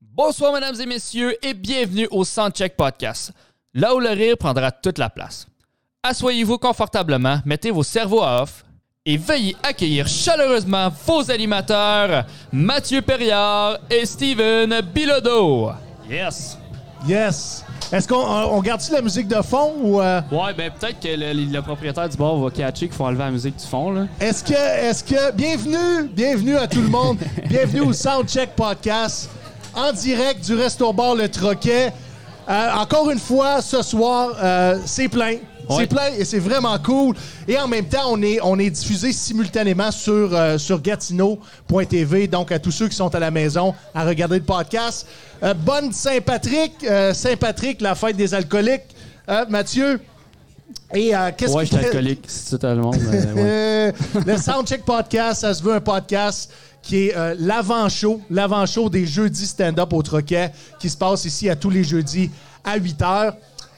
Bonsoir, mesdames et messieurs, et bienvenue au Soundcheck Podcast, là où le rire prendra toute la place. Assoyez-vous confortablement, mettez vos cerveaux à off et veuillez accueillir chaleureusement vos animateurs, Mathieu Perriard et Steven Bilodeau. Yes! Yes. Est-ce qu'on on, on garde-tu la musique de fond ou euh, Ouais, ben peut-être que le, le propriétaire du bar va catcher qu'il faut enlever la musique du fond, là. est-ce que est-ce que bienvenue, bienvenue à tout le monde, bienvenue au Soundcheck podcast en direct du resto bar Le Troquet. Euh, encore une fois ce soir, euh, c'est plein. Ouais. C'est plein et c'est vraiment cool. Et en même temps, on est, on est diffusé simultanément sur, euh, sur gatineau.tv. Donc, à tous ceux qui sont à la maison à regarder le podcast. Euh, bonne Saint-Patrick. euh, Saint-Patrick, la fête des alcooliques. Euh, Mathieu, et euh, qu'est-ce Ouais, qui je suis fait- alcoolique, c'est tout le monde. mais ouais. Euh, le Soundcheck Podcast, ça se veut un podcast qui est euh, l'avant-show, l'avant-show des jeudis stand-up au Troquet qui se passe ici à tous les jeudis à 8 h.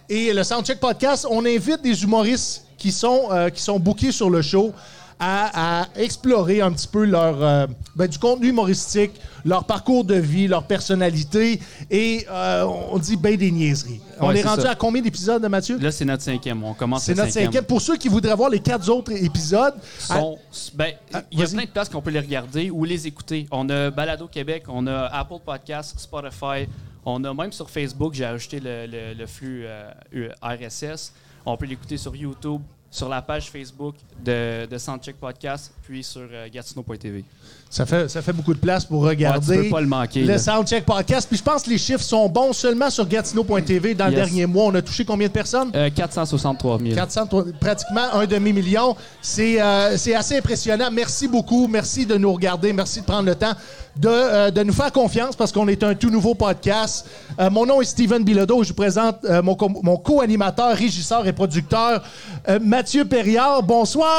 Et le Soundcheck Podcast, on invite des humoristes qui sont, euh, qui sont bookés sur le show à, à explorer un petit peu leur, euh, ben, du contenu humoristique, leur parcours de vie, leur personnalité et euh, on dit ben des niaiseries. on Ouais, est c'est rendu ça. à combien d'épisodes, de Mathieu? Là, c'est notre cinquième. On commence C'est le notre cinquième. Pour ceux qui voudraient voir les quatre autres épisodes, à- Sont- ben, il y a Ah. vas-y. plein de places qu'on peut les regarder ou les écouter. On a Balado Québec, on a Apple Podcast, Spotify, on a même sur Facebook, j'ai ajouté le, le- le flux euh, euh, RSS. On peut l'écouter sur YouTube, sur la page Facebook de, de Soundcheck Podcast, puis sur euh, gatineau.tv. Ça fait, ça fait beaucoup de place pour Ouais, regarder Ah, tu peux pas le manquer, le là. Soundcheck Podcast. Puis je pense que les chiffres sont bons seulement sur Gatineau.tv. Dans le Yes. dernier mois, on a touché combien de personnes? Euh, 463 000. 400, pratiquement un demi-million. C'est euh, c'est assez impressionnant. Merci beaucoup. Merci de nous regarder. Merci de prendre le temps de, euh, de nous faire confiance parce qu'on est un tout nouveau podcast. Euh, mon nom est Steven Bilodeau. Je vous présente euh, mon, co- mon co-animateur, régisseur et producteur, euh, Mathieu Perriard. Bonsoir.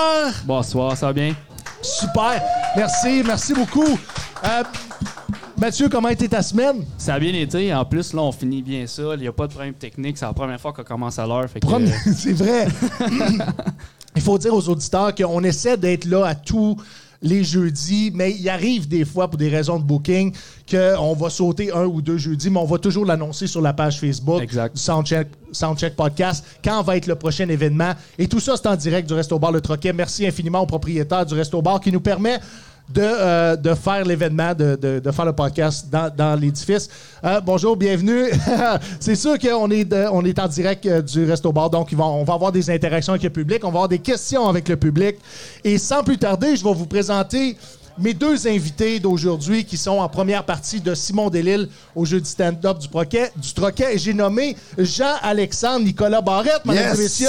Bonsoir, ça va bien? Super. Merci, merci beaucoup. Euh, Mathieu, comment était ta semaine? Ça a bien été. En plus, là, on finit bien ça. Il n'y a pas de problème technique. C'est la première fois qu'on commence à l'heure. fait que- Prom- C'est vrai. Il faut dire aux auditeurs qu'on essaie d'être là à tous les jeudis, mais il arrive des fois, pour des raisons de booking, qu'on va sauter un ou deux jeudis, mais on va toujours l'annoncer sur la page Facebook Exact. du Soundcheck, Soundcheck Podcast, quand va être le prochain événement. Et tout ça, c'est en direct du Resto Bar Le Troquet. Merci infiniment au propriétaire du Resto Bar qui nous permet de, euh, de faire l'événement, de, de- de faire le podcast dans, dans l'édifice. Euh, bonjour, bienvenue. c'est sûr qu'on est, de- on est en direct euh, du Resto Bar, donc ils vont- on va avoir des interactions avec le public, on va avoir des questions avec le public. Et sans plus tarder, je vais vous présenter mes deux invités d'aujourd'hui qui sont en première partie de Simon Delille au jeu du stand-up du, Proquet- du Troquet. Et J'ai nommé Jean-Alexandre Nicolas Barrette, mesdames et messieurs.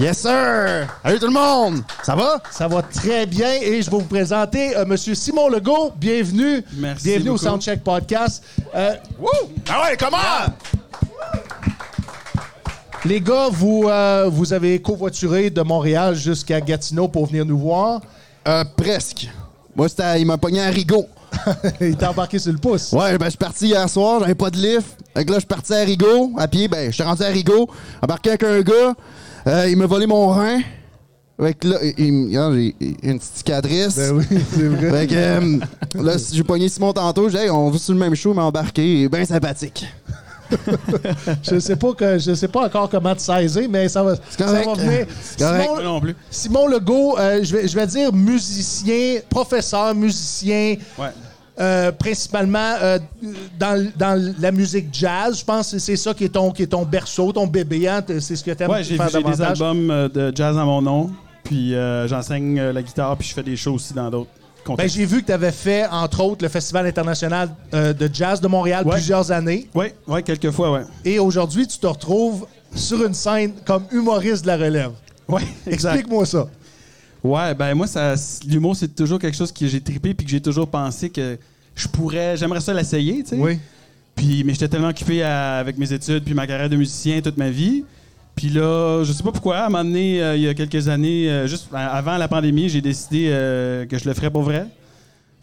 Yes, sir! Salut tout le monde! Ça va? Ça va très bien et je vais vous présenter M. Monsieur Simon Legault. Bienvenue. Merci Bienvenue beaucoup. au Soundcheck Podcast. Euh, Woo! Ah ouais, comment? les gars, vous, euh, vous avez covoituré de Montréal jusqu'à Gatineau pour venir nous voir. Euh, presque. Moi, c'était, il m'a pogné à Rigaud. Il est embarqué sur le pouce. Ouais, ben, je suis parti hier soir, j'avais pas de lift. Fait que là, je suis parti à Rigaud, à pied, ben, je suis rendu à Rigaud, embarqué avec un gars, euh, il m'a volé mon rein. Fait que là, il, il- il- il- il- il a une petite cicatrice. Ben oui, c'est vrai. Fait que, euh, là, j'ai pogné Simon tantôt, j'ai dit, hey, on va sur le même show, mais embarqué, bien sympathique. Je sais pas que je sais pas encore comment te saisir, mais ça va, ça correct. va venir. C'est correct. Simon- Moi non plus. Simon Legault, euh, je, vais, je vais dire musicien, professeur, musicien, Ouais. euh, principalement euh, dans, l- dans la musique jazz. Je pense que c'est ça qui est, ton, qui est ton berceau, ton bébé. hein, t- C'est ce que tu aimes Ouais, j'ai faire j'ai des davantage. albums euh, de jazz à mon nom, puis euh, j'enseigne euh, la guitare, puis je fais des shows aussi dans d'autres Ben, contextes. j'ai vu que tu avais fait, entre autres, le Festival international euh, de jazz de Montréal Ouais. plusieurs années. ouais, ouais, quelques fois, ouais. Et aujourd'hui, tu te retrouves sur une scène comme humoriste de la relève. Ouais, exact. Explique-moi ça. Ouais, ben moi, ça, c'est- l'humour, c'est toujours quelque chose que j'ai trippé, puis que j'ai toujours pensé que je pourrais, j'aimerais ça l'essayer, tu sais. Puis, mais j'étais tellement occupé à- avec mes études, puis ma carrière de musicien toute ma vie. Puis là, je sais pas pourquoi, à un moment donné, euh, il y a quelques années, euh, juste a- avant la pandémie, j'ai décidé euh, que je le ferais pour vrai.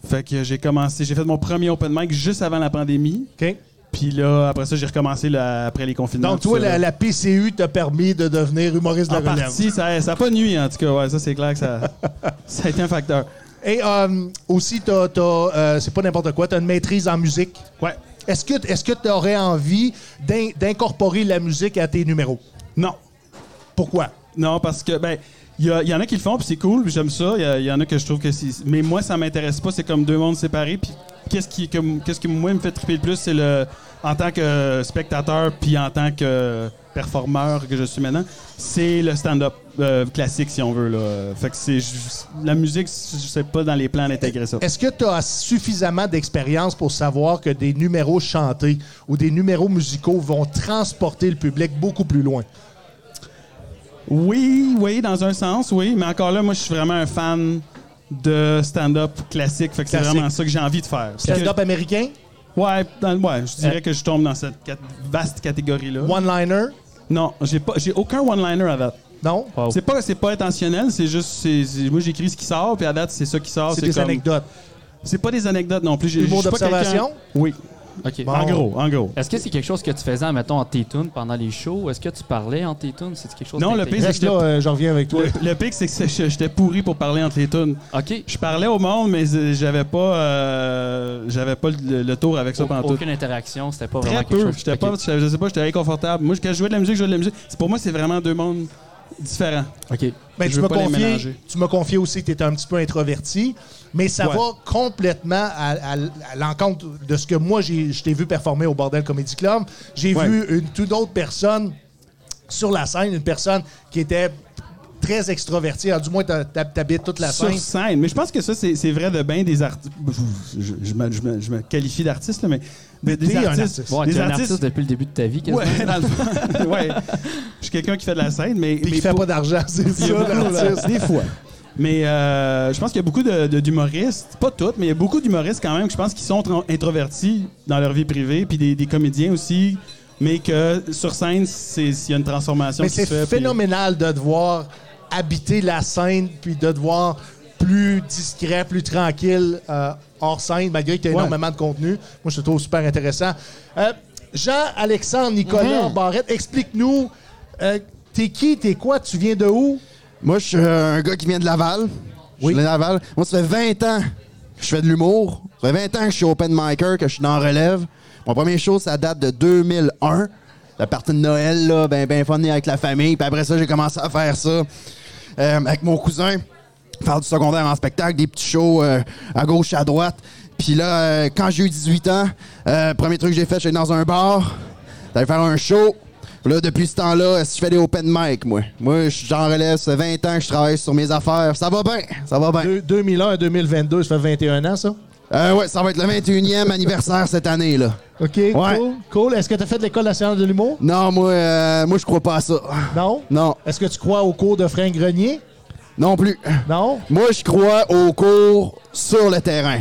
Fait que j'ai commencé, j'ai fait mon premier open mic juste avant la pandémie. OK. Puis là, après ça, j'ai recommencé là, après les confinements. Donc, tout toi, ça, la, là. la PCU t'a permis de devenir humoriste de en la relève. partie, ça n'a pas nuit, en tout cas. Ouais, ça, c'est clair que ça, ça a été un facteur. Et euh, aussi, t'as, t'as, euh, c'est pas n'importe quoi, tu as une maîtrise en musique. Ouais. Est-ce que est-ce que tu aurais envie d'in- d'incorporer la musique à tes numéros? Non. Pourquoi? Non, parce que, ben, il y, a- il y en a qui le font, puis c'est cool, puis j'aime ça. Il y a- il y, en a que je trouve que c'est. Mais moi, ça m'intéresse pas. C'est comme deux mondes séparés. Puis qu'est-ce qui, que- qu'est-ce qui, moi, me fait triper le plus, c'est le. En tant que spectateur, puis en tant que performeur que je suis maintenant, c'est le stand-up euh, classique, si on veut. Là. Fait que c'est. je- La musique, je sais pas dans les plans d'intégrer ça. Est-ce que tu as suffisamment d'expérience pour savoir que des numéros chantés ou des numéros musicaux vont transporter le public beaucoup plus loin? Oui, oui, dans un sens, oui. Mais encore là, moi, je suis vraiment un fan de stand-up classique. Fait que c'est Classique. vraiment ça que j'ai envie de faire. Puis que- Stand-up américain, Ouais, dans- ouais, je dirais que je tombe dans cette cat- vaste catégorie-là. one-liner, Non, j'ai pas, j'ai aucun one-liner à date. non? C'est pas, c'est pas intentionnel, c'est juste, c'est- c'est- moi j'écris ce qui sort, puis à date c'est ça qui sort. C'est des comme- anecdotes. C'est pas des anecdotes non plus. j'ai- Humour je suis pas d'observation? quelqu'un- Oui. euh, OK. En gros, en gros. Est-ce que c'est quelque chose que tu faisais, mettons, en T-Tune pendant les shows? Est-ce que tu parlais en T-Tune? C'est quelque chose Non, le d'intégré? pire, Reste là, euh, je reviens avec toi. Le, le pic, c'est que c'est- j'étais pourri pour parler entre les tunes. OK. Je parlais au monde, mais euh, j'avais pas, euh, j'avais pas le, le tour avec ça pendant Au- tout. Aucune interaction, c'était pas vraiment Très quelque peu. chose. J'étais OK. pas, je je sais pas, j'étais inconfortable. Moi, quand je jouais de la musique, je jouais de la musique. C'est- Pour moi, c'est vraiment deux mondes différents. OK. Mais Je Ben, tu veux m'as pas les confié, mélanger. tu m'as confié aussi que tu étais un petit peu introverti, mais ça Ouais. va complètement à, à- à l'encontre de ce que moi, j'ai- je t'ai vu performer au Bordel Comedy Club. J'ai Ouais. vu une toute autre personne sur la scène, une personne qui était très extrovertie. Alors, du moins, t'a- t'a- t'habites toute la sur scène. scène. Mais je pense que ça, c'est c'est vrai de bien des artistes. Je, je me- je me- je me qualifie d'artiste, là, mais, mais des T'es un artistes. artiste. Bon, des tu es un artistes- artiste depuis le début de ta vie, quasiment. Ouais, dans le fond. ouais. Je suis quelqu'un qui fait de la scène, mais. Puis mais qui fait pour- pas d'argent, c'est il y a ça, beaucoup, là, l'artiste. Des fois. Mais euh, je pense qu'il y a beaucoup de- de- d'humoristes, pas toutes, mais il y a beaucoup d'humoristes quand même, que je pense, qui sont tr- introvertis dans leur vie privée, puis des, des comédiens aussi, mais que sur scène, c'est- il y a une transformation Mais qui se c'est fait. puis- euh, phénoménal de devoir habiter la scène, puis de devoir plus discret, plus tranquille euh, hors scène, malgré qu'il y a Ouais. énormément de contenu. Moi, je le trouve super intéressant. Euh, Jean-Alexandre Nicolas Mm-hmm. Barrette, explique-nous, euh, t'es qui, t'es quoi, tu viens de où? Moi, je suis euh, un gars qui vient de Laval. Je suis de Laval. Moi, ça fait 20 ans que je fais de l'humour. Ça fait 20 ans que je suis open micer, que je suis dans relève. Mon premier show, ça date de 2001. La partie de Noël, là, ben, ben funny avec la famille. Puis après ça, j'ai commencé à faire ça euh, avec mon cousin. Faire du secondaire en spectacle, des petits shows euh, à gauche, à droite. Puis là, euh, quand j'ai eu 18 ans, euh, premier truc que j'ai fait, j'étais dans un bar. J'allais faire un show. Là, depuis ce temps-là, est-ce que je fais des open mic, moi? Moi, je- j'en relève, ça fait 20 ans que je travaille sur mes affaires. Ça va bien, ça va bien. De- 2001 à 2022, ça fait 21 ans, ça? Euh, ouais, ça va être le 21e anniversaire cette année, là. OK, Ouais. cool. Cool. Est-ce que t'as fait de l'École nationale de l'humour? Non, moi, euh, moi je crois pas à ça. Non? Non, Est-ce que tu crois au cours de Frank Grenier? non plus. Non? Moi, je crois au cours sur le terrain.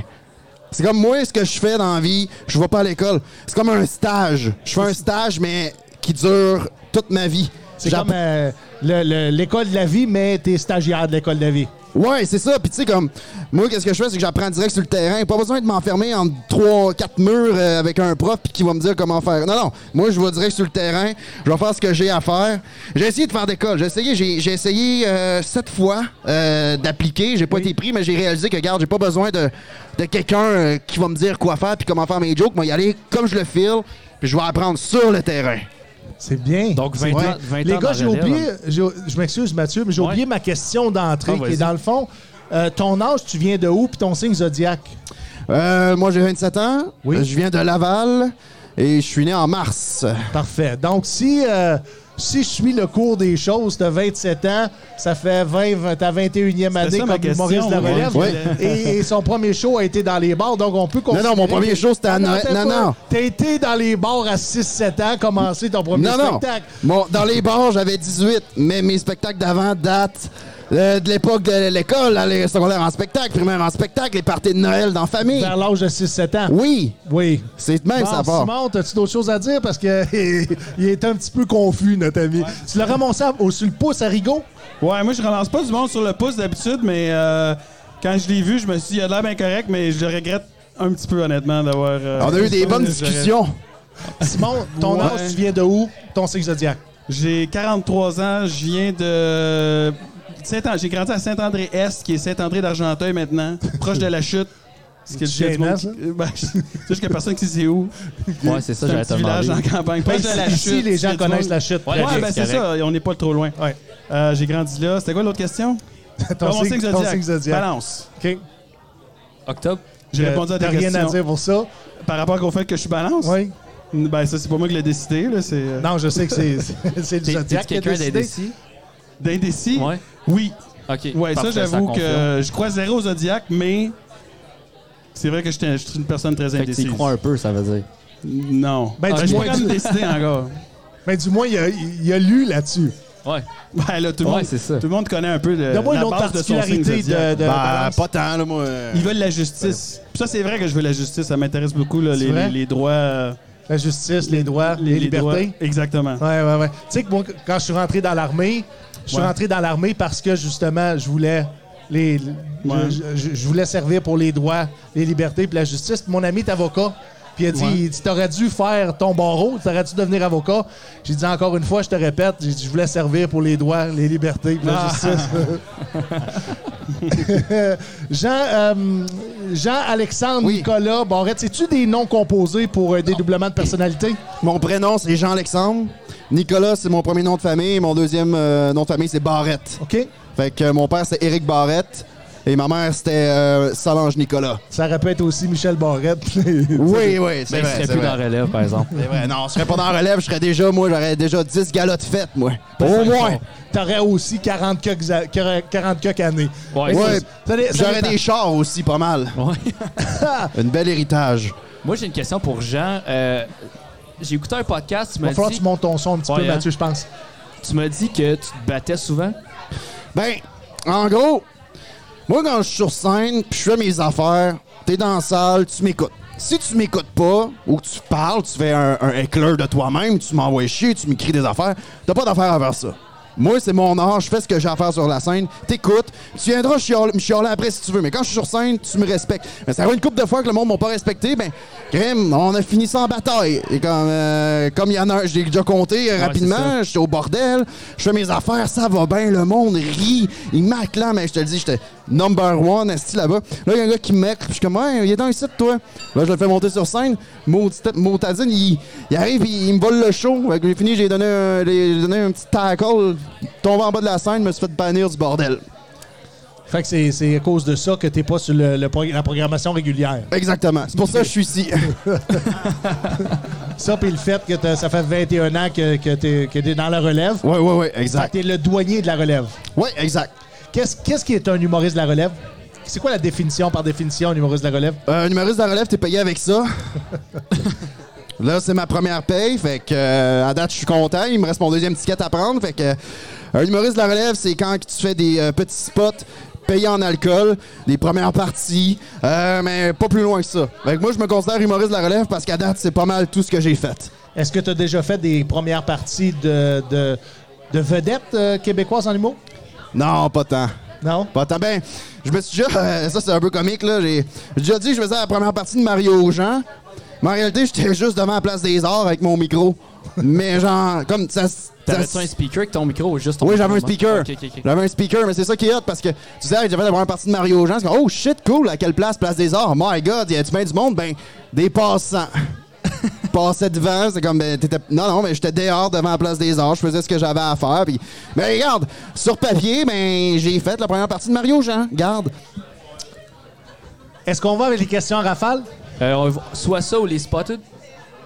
C'est comme moi, ce que je fais dans la vie, je vais pas à l'école. C'est comme un stage. Je fais un stage, mais qui dure toute ma vie. C'est J'app- comme euh, le- le- l'école de la vie, mais t'es stagiaire de l'école de la vie. Ouais, c'est ça. Puis tu sais, comme, moi, qu'est-ce que je fais, c'est que j'apprends direct sur le terrain. Pas besoin de m'enfermer entre trois, quatre murs euh, avec un prof puis qui va me dire comment faire. Non, non. Moi, je vais direct sur le terrain. Je vais faire ce que j'ai à faire. J'ai essayé de faire d'école. J'ai essayé, j'ai, j'ai essayé euh, sept fois euh, d'appliquer. J'ai pas été pris, mais j'ai réalisé que, regarde, j'ai pas besoin de, de quelqu'un euh, qui va me dire quoi faire puis comment faire mes jokes. Moi, y aller comme je le file. Puis je vais apprendre sur le terrain. C'est bien. Donc, C'est 20 ans- vrai. 20 ans Les dans gars, j'ai la relève. oublié, j'ai- je m'excuse Mathieu, mais j'ai Ouais. oublié ma question d'entrée Ah, qui vas-y. est dans le fond. euh, ton âge, tu viens de où, puis ton signe zodiaque? Euh, moi, j'ai 27 ans. Oui. Euh, Je viens de Laval. Et je suis né en mars. Parfait. Donc, si, euh, si je suis le cours des choses, t'as 27 ans, ça fait 20, 20 ta 21e année ça, ma comme question, humoriste de la ouais. relève. Ouais. Et, et son premier show a été dans les bars, donc on peut Non, considérer... non, mon premier show, c'était à Noël. attends Non, pas. non. T'as été dans les bars à 6-7 ans, commencer ton premier Non, non. spectacle. Bon, dans les bars, j'avais 18, mais mes spectacles d'avant datent euh, de l'époque de l'école, là, les secondaires en spectacle, primaire en spectacle, les parties de Noël dans la famille. Vers l'âge de 6-7 ans. Oui, Oui. c'est de même, ça Bon, part. Simon, as-tu d'autres choses à dire? Parce que il est un petit peu confus, notre ami. Tu l'as ramassé au- sur le pouce à Rigaud? Ouais, moi, je relance pas du monde sur le pouce d'habitude, mais euh, quand je l'ai vu, je me suis dit, il a de l'air bien correct, mais je le regrette un petit peu, honnêtement, d'avoir. euh, On a eu des je- bonnes je- discussions. Simon, ton Ouais. âge, tu viens de où? Ton signe zodiac. J'ai 43 ans, je viens de. Saint- J'ai grandi à Saint-André-Est, qui est Saint-André d'Argenteuil maintenant, proche de la chute. Parce que j'ai du monde gênant, qui- ça? Ben, c'est juste que personne qui sait où. Ouais, c'est ça, C'est un j'allais te petit village en demander. campagne. Ben, Proche de la ici, chute, les il y gens a du connaissent monde. la chute. Ouais, Correct, ben c'est correct. ça, on n'est pas trop loin. Ouais. Euh, J'ai grandi là. C'était quoi l'autre question? Ton Mon signe- ton signe zodiac. Balance. OK. Octobre. J'ai Euh, répondu à ta t'as rien à question. dire pour ça. Par rapport au fait que je suis balance? Oui. Ben ça, c'est pas moi qui l'ai décidé. là, C'est euh, Non, je sais que c'est c'est- c'est le T'es t'es-tu Zodiac qui a quelqu'un décidé. d'indécis? d'indécis. Ouais. Oui. Ok. Ouais, ça, parfait, j'avoue que confirme. euh, je crois zéro au Zodiac, mais c'est vrai que je suis- je suis une personne très Fait que tu indécise. y crois un peu, ça veut dire. Non. Ben, Ben, dis je moi pourrais que- me décider encore. Mais du moins, il a, il a lu là-dessus. Ouais. Ben, là, tout le, Ouais, monde, c'est ça. Bah, tout le monde connaît un peu le, Donne-moi la une autre base de son signe particularité de, zodiac. de balance. pas tant, là, moi. euh, Ils veulent la justice. Puis Ça, c'est vrai que je veux la justice. Ça m'intéresse beaucoup, là, C'est les, vrai? les- les droits. euh, La justice, les droits, les, libertés. Ah, droits. Exactement. Ouais, ouais, ouais. Tu sais que moi, quand je suis rentré dans l'armée, je suis Ouais. rentré dans l'armée parce que justement, je voulais les. Ouais. Je, je- je voulais servir pour les droits, les libertés puis la justice. Puis Mon ami est avocat. Puis il a dit, Ouais. il dit, t'aurais dû faire ton barreau, t'aurais dû devenir avocat. J'ai dit encore une fois, je te répète, j'ai dit, je voulais servir pour les droits, les libertés, puis la Ah. justice. Jean, euh, Jean-Alexandre Oui. Nicolas Barrette, c'est-tu des noms composés pour un dédoublement de personnalité? Mon prénom, c'est Jean-Alexandre. Nicolas, c'est mon premier nom de famille. Mon deuxième euh, nom de famille, c'est Barrette. OK? Fait que euh, mon père, c'était Éric Barrette. Et ma mère, c'était euh, Solange Nicolas. Ça répète aussi Michel Barrette. Oui, oui, Ben, c'est il vrai. serait c'est plus vrai. dans relève, par exemple. C'est vrai. Non, je serais pas dans la relève. Je serais déjà, moi, j'aurais déjà 10 galas de fête, moi. Au moins. T'aurais aussi 40 quelques, a- 40 quelques années. Ouais. Ouais. Ça- ça dé- ça J'aurais dépend. des chars aussi, pas mal. Ouais. Un bel héritage. Moi, j'ai une question pour Jean. Euh, j'ai écouté un podcast, tu Il va m'as falloir que dit, tu montes ton son un petit Ouais, peu, hein. Mathieu, je pense. tu m'as dit que tu te battais souvent. Ben, en gros, moi, quand je suis sur scène, puis je fais mes affaires, t'es dans la salle, tu m'écoutes. Si tu m'écoutes pas, ou que tu parles, tu fais un, un éclair de toi-même, tu m'envoies chier, tu m'écris des affaires, t'as pas d'affaires à faire ça. Moi, c'est mon art, je fais ce que j'ai à faire sur la scène, t'écoutes, tu viendras chialer- me chialer après si tu veux, mais quand je suis sur scène, tu me respectes. Mais ça va une couple de fois que le monde m'a pas respecté, ben, crème, on a fini ça en bataille. Et comme, euh, comme il y en a, j'ai déjà compté euh, c'est ça. rapidement, je suis au bordel, je fais mes affaires, ça va bien, le monde rit, il m'acclame, mais je te le dis, j'étais number one, esti là-bas. Là, il y a un gars qui me met, puis je suis comme, ouais, il est dans le site, toi. Là, je le fais monter sur scène, maudite tête, Mautadine, il, il arrive, il, il me vole le show. Fait que j'ai fini, j'ai donné, un- j'ai donné un petit tackle, tombé en bas de la scène, me suis fait bannir du bordel. Fait que c'est- c'est à cause de ça que t'es pas sur le- le progr- la programmation régulière. Exactement, c'est pour ça que je suis ici. Ça, puis le fait que t'as- ça fait 21 ans que, que t'es que t'es dans la relève. ouais, ouais, ouais, Fait que exact. t'es le douanier de la relève. Ouais, exact. Qu'est-ce qu'est-ce qui est un humoriste de la relève? C'est quoi la définition, par définition, un humoriste de la relève? Euh, numériste de la relève, t'es payé avec ça. Là, c'est ma première paye, fait que euh, à date, je suis content. Il me reste mon deuxième ticket à prendre, fait que euh, un humoriste de la relève, c'est quand tu fais des euh, petits spots payés en alcool, des premières parties, euh, mais pas plus loin que ça. Fait que moi, je me considère humoriste de la relève parce qu'à date, c'est pas mal tout ce que j'ai fait. Est-ce que t'as déjà fait des premières parties de, de, de vedettes euh, québécoises en humour? Non, pas tant. Non? Pas tant. Ben, je me suis déjà. euh, ça, c'est un peu comique, là. J'ai j'ai déjà dit que je faisais la première partie de Mario Jean. Mais en réalité, j'étais juste devant la place des arts avec mon micro. Mais genre, comme ça. ça- T'avais-tu un speaker avec ton micro ou juste ton oui, j'avais un micro? speaker. Ok, ok, ok. J'avais un speaker, mais c'est ça qui est hot parce que tu sais, j'avais la première partie de Mario Jean. C'est comme, oh shit, cool, à quelle place, place des arts? My god, y a-tu bien du monde? Ben, des passants. Passais devant, c'est comme, ben, t'étais. Non, non, mais j'étais dehors devant la place des arts, je faisais ce que j'avais à faire. Puis, mais regarde, sur papier, ben, j'ai fait la première partie de Mario Jean. Regarde. Est-ce qu'on va avec les questions en rafale? Euh, on va- soit ça ou les spotted.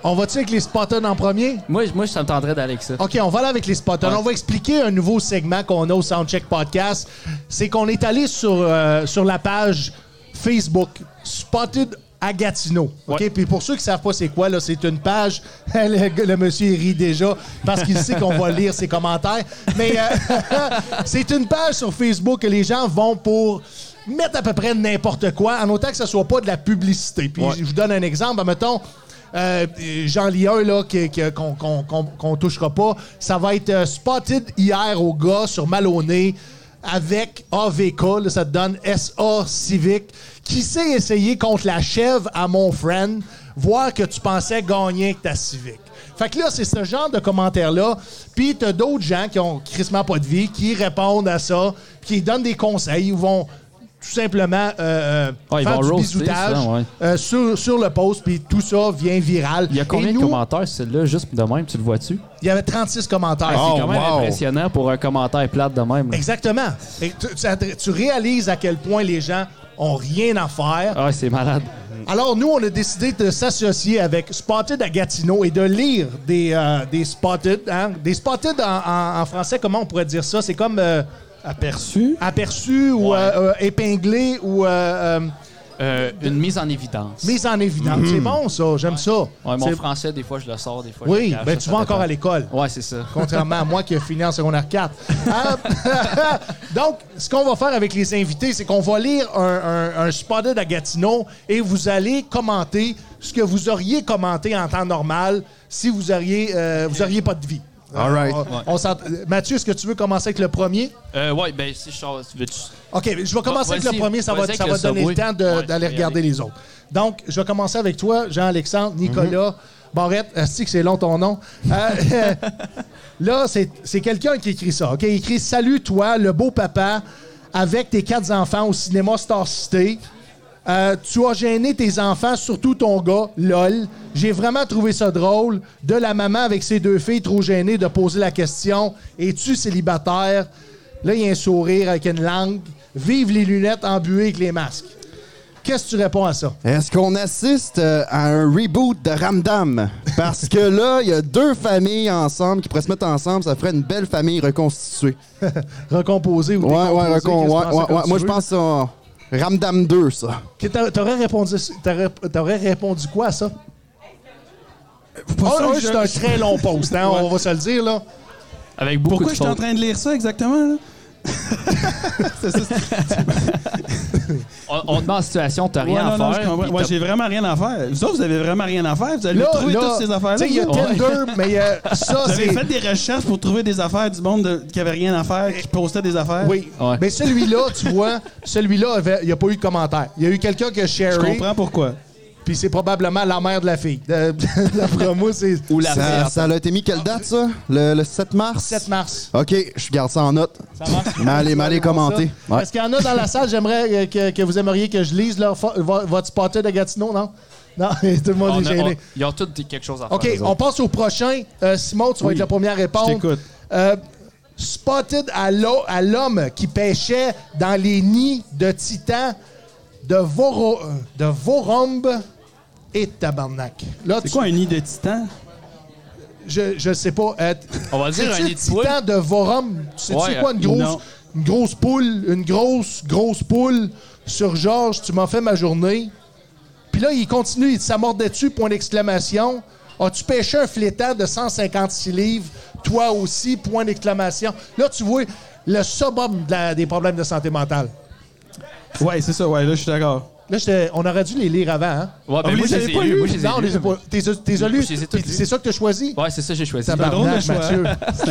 On va-tu avec les spotters en premier? Moi, je- moi ça me tenterait d'aller avec ça. OK, on va là avec les spotters. On va expliquer un nouveau segment qu'on a au Soundcheck Podcast. C'est qu'on est allé sur, euh, sur la page Facebook Spotted à Gatineau. OK? Puis pour ceux qui ne savent pas c'est quoi, là, c'est une page. le, gars- le monsieur il rit déjà parce qu'il sait qu'on va lire ses commentaires. Mais euh, c'est une page sur Facebook que les gens vont pour mettre à peu près n'importe quoi, en autant que ce soit pas de la publicité. Puis je vous donne un exemple. Mettons, euh, j'en lis un là qui- qui- qu'on qu'on- qu'on- qu'on touchera pas. Ça va être euh, spotted hier au gars sur Maloney avec AVK, là, ça te donne SA Civic, qui s'est essayé contre la chèvre à mon friend, voir que tu pensais gagner avec ta Civic. Fait que là, c'est ce genre de commentaires-là. Puis t'as d'autres gens qui ont crissement pas de vie, qui répondent à ça, puis qui donnent des conseils, ils vont tout simplement euh, euh, Ah, ils faire vont du roaster, bisoutage souvent, ouais. euh, sur, sur le post, puis tout ça vient viral. Il y a combien Et de nous, commentaires, celle-là, juste de même, tu le vois-tu? Il y avait 36 Ah, commentaires. Oh, Ah, c'est quand même wow. impressionnant pour un commentaire plate de même. là. Exactement. Et tu, tu adr- tu réalises à quel point les gens ont rien à faire. Ah, c'est malade. Alors nous, on a décidé de s'associer avec Spotted à Gatineau et de lire des, euh, des Spotted. hein. Des Spotted en, en- en français, comment on pourrait dire ça? C'est comme euh, Aperçu. aperçu ou euh, euh, épinglé ou euh, euh, Euh, une mise en évidence. mise en évidence. Mm-hmm. C'est bon, ça. J'aime ça. Ouais, C'est- mon français, des fois, je le sors, des fois, je le oui, cache, ben, ça, tu ça vas dépend. encore à l'école. Ouais, c'est ça. Contrairement à moi qui ai fini en secondaire 4. Ah, donc, ce qu'on va faire avec les invités, c'est qu'on va lire un, un, un spotted à Gatineau et vous allez commenter ce que vous auriez commenté en temps normal si vous auriez, euh, vous auriez pas de vie. All right. Euh, on- on s'ent- Mathieu, est-ce que tu veux commencer avec le premier? Euh, ouais, ben, si je sors, veux-tu- OK, je vais commencer avec le vas-y, premier, ça vas-y va, avec ça le va donner le Subway. temps de- Ouais, d'aller je vais y regarder les autres. Donc, je vais commencer avec toi, Jean-Alexandre, Nicolas, Mhm. Barrette. Asti que c'est long ton nom. Euh, là, c'est c'est quelqu'un qui écrit ça. OK, il écrit « Salut toi, le beau papa, avec tes quatre enfants au cinéma Star City. Euh, tu as gêné tes enfants, surtout ton gars, lol. J'ai vraiment trouvé ça drôle. De la maman avec ses deux filles trop gênées de poser la question Es-tu célibataire Là, il y a un sourire avec une langue. Vive les lunettes embuées avec les masques. Qu'est-ce que tu réponds à ça Est-ce qu'on assiste euh, à un reboot de Ramdam? Parce que là, il y a deux familles ensemble qui pourraient se mettre ensemble. Ça ferait une belle famille reconstituée. Recomposer ou Ouais, ouais, décomposer, recon- qu'est-ce que tu ouais, penses ouais, comme ouais. tu Moi, je veux? pense à Ramdam 2, ça. Que t'a- T'aurais répondu, t'aurais- t'aurais répondu quoi à ça Oh, ça oh, que c'est je- un très long post, hein, on va se le dire, là. Avec beaucoup de Pourquoi je suis en fautes. train de lire ça exactement? là? C'est ça, c'est- On, on te met en situation, t'as Ouais, rien non, non, à je faire. comprends. puis Ouais, t'as- j'ai vraiment rien à faire. Vous autres, vous avez vraiment rien à faire. Vous allez Là, trouver là, toutes ces affaires-là. tu sais, il y a vous autres. Tinder, mais il y a- ça, Vous avez c'est... fait des recherches pour trouver des affaires du monde de- qui avait rien à faire, qui postait des affaires. Oui. Ouais. Mais celui-là, tu vois, celui-là, avait- il n'y a pas eu de commentaire. Il y a eu quelqu'un qui a Je sharé, comprends pourquoi. puis c'est probablement la mère de la fille. De- D'après moi, c'est Ou la Ça, merde. ça a été mis quelle date, ça? Le, le 7 mars? 7 mars. OK, je garde ça en note. Mais allez, mais allez commenter. Ouais. Est-ce qu'il y en a dans la salle, j'aimerais euh, que, que vous aimeriez que je lise leur fo- vo- votre spotter de Gatineau, non? Non, tout le On monde est a- on- gêné. ils ont tous dit quelque chose à faire. OK, eux on autres. passe au prochain. Euh, Simon, tu vas être le premier à répondre. je t'écoute. Euh, spotted à l'eau- à l'homme qui pêchait dans les nids de titans de, Voro, de Vorombe et Tabarnak. Là, C'est tu- quoi un nid de titan? je, je sais pas. euh, On va dire un c'est-tu nid de titan de Vorombe. C'est tu Ouais, quoi une grosse, non. une grosse poule, une grosse, grosse poule sur Georges, tu m'as fait ma journée. Puis là, il continue, il dit ça mordait dessus, point d'exclamation. As-tu pêché un flétan de 156 livres? Toi aussi, point d'exclamation. Là, tu vois le suburb de la- des problèmes de santé mentale. Ouais, c'est ça, ouais, là, je suis d'accord. Là, j'étais- on aurait dû les lire avant, hein? Ouais, ben, vous moi, les je avez les ai pas lus, lus? moi, je les ai Non, on lus. les a pas- t'es- t'es a lus. Je les ai toutes Puis lues. C'est ça que t'as choisi? Ouais, c'est ça que j'ai choisi. C'est drôle de Tabarnak, choix. Mathieu. C'est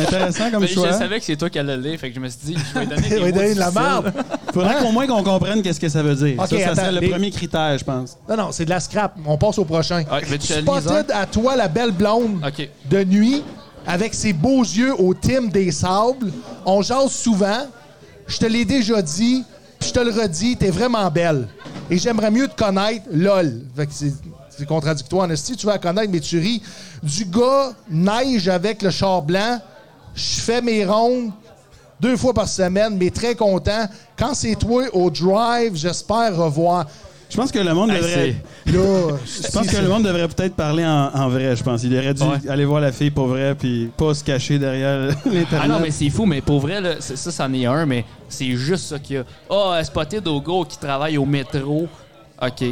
intéressant comme Mais choix. Ben, je savais que c'est toi qui allais le lire, fait que je me suis dit, je vais donner hein? Il des va mots donner de la difficiles. merde. Faudrait qu'au moins qu'on comprenne qu'est-ce que ça veut dire. Ah. Ok, ça, ça attends, serait le les- premier critère, je pense. Non, non, c'est de la scrap. On passe au prochain. Ouais, Ah, mais tu as le Spotted à toi la belle blonde OK. de nuit avec ses beaux yeux au thym des sables. On jase souvent. Je te l'ai déjà dit, puis je te le redis, t'es vraiment belle. Et j'aimerais mieux te connaître, lol. Fait que c'est- c'est contradictoire, en esti. Tu veux la connaître, mais tu ris. Du gars, neige avec le char blanc. Je fais mes rondes deux fois par semaine, mais très content. Quand c'est toi au drive, j'espère revoir. Je pense que le monde Hey, devrait. Là, Je pense que le monde devrait peut-être parler en, en vrai, je pense. Il aurait dû Ouais. aller voir la fille pour vrai, puis pas se cacher derrière l'Internet. Ah non, mais c'est fou, mais pour vrai, là, c'est- ça, c'en est un, mais c'est juste ça qu'il y a. Ah, oh, Spotted au gars qui travaille au métro. OK. Tu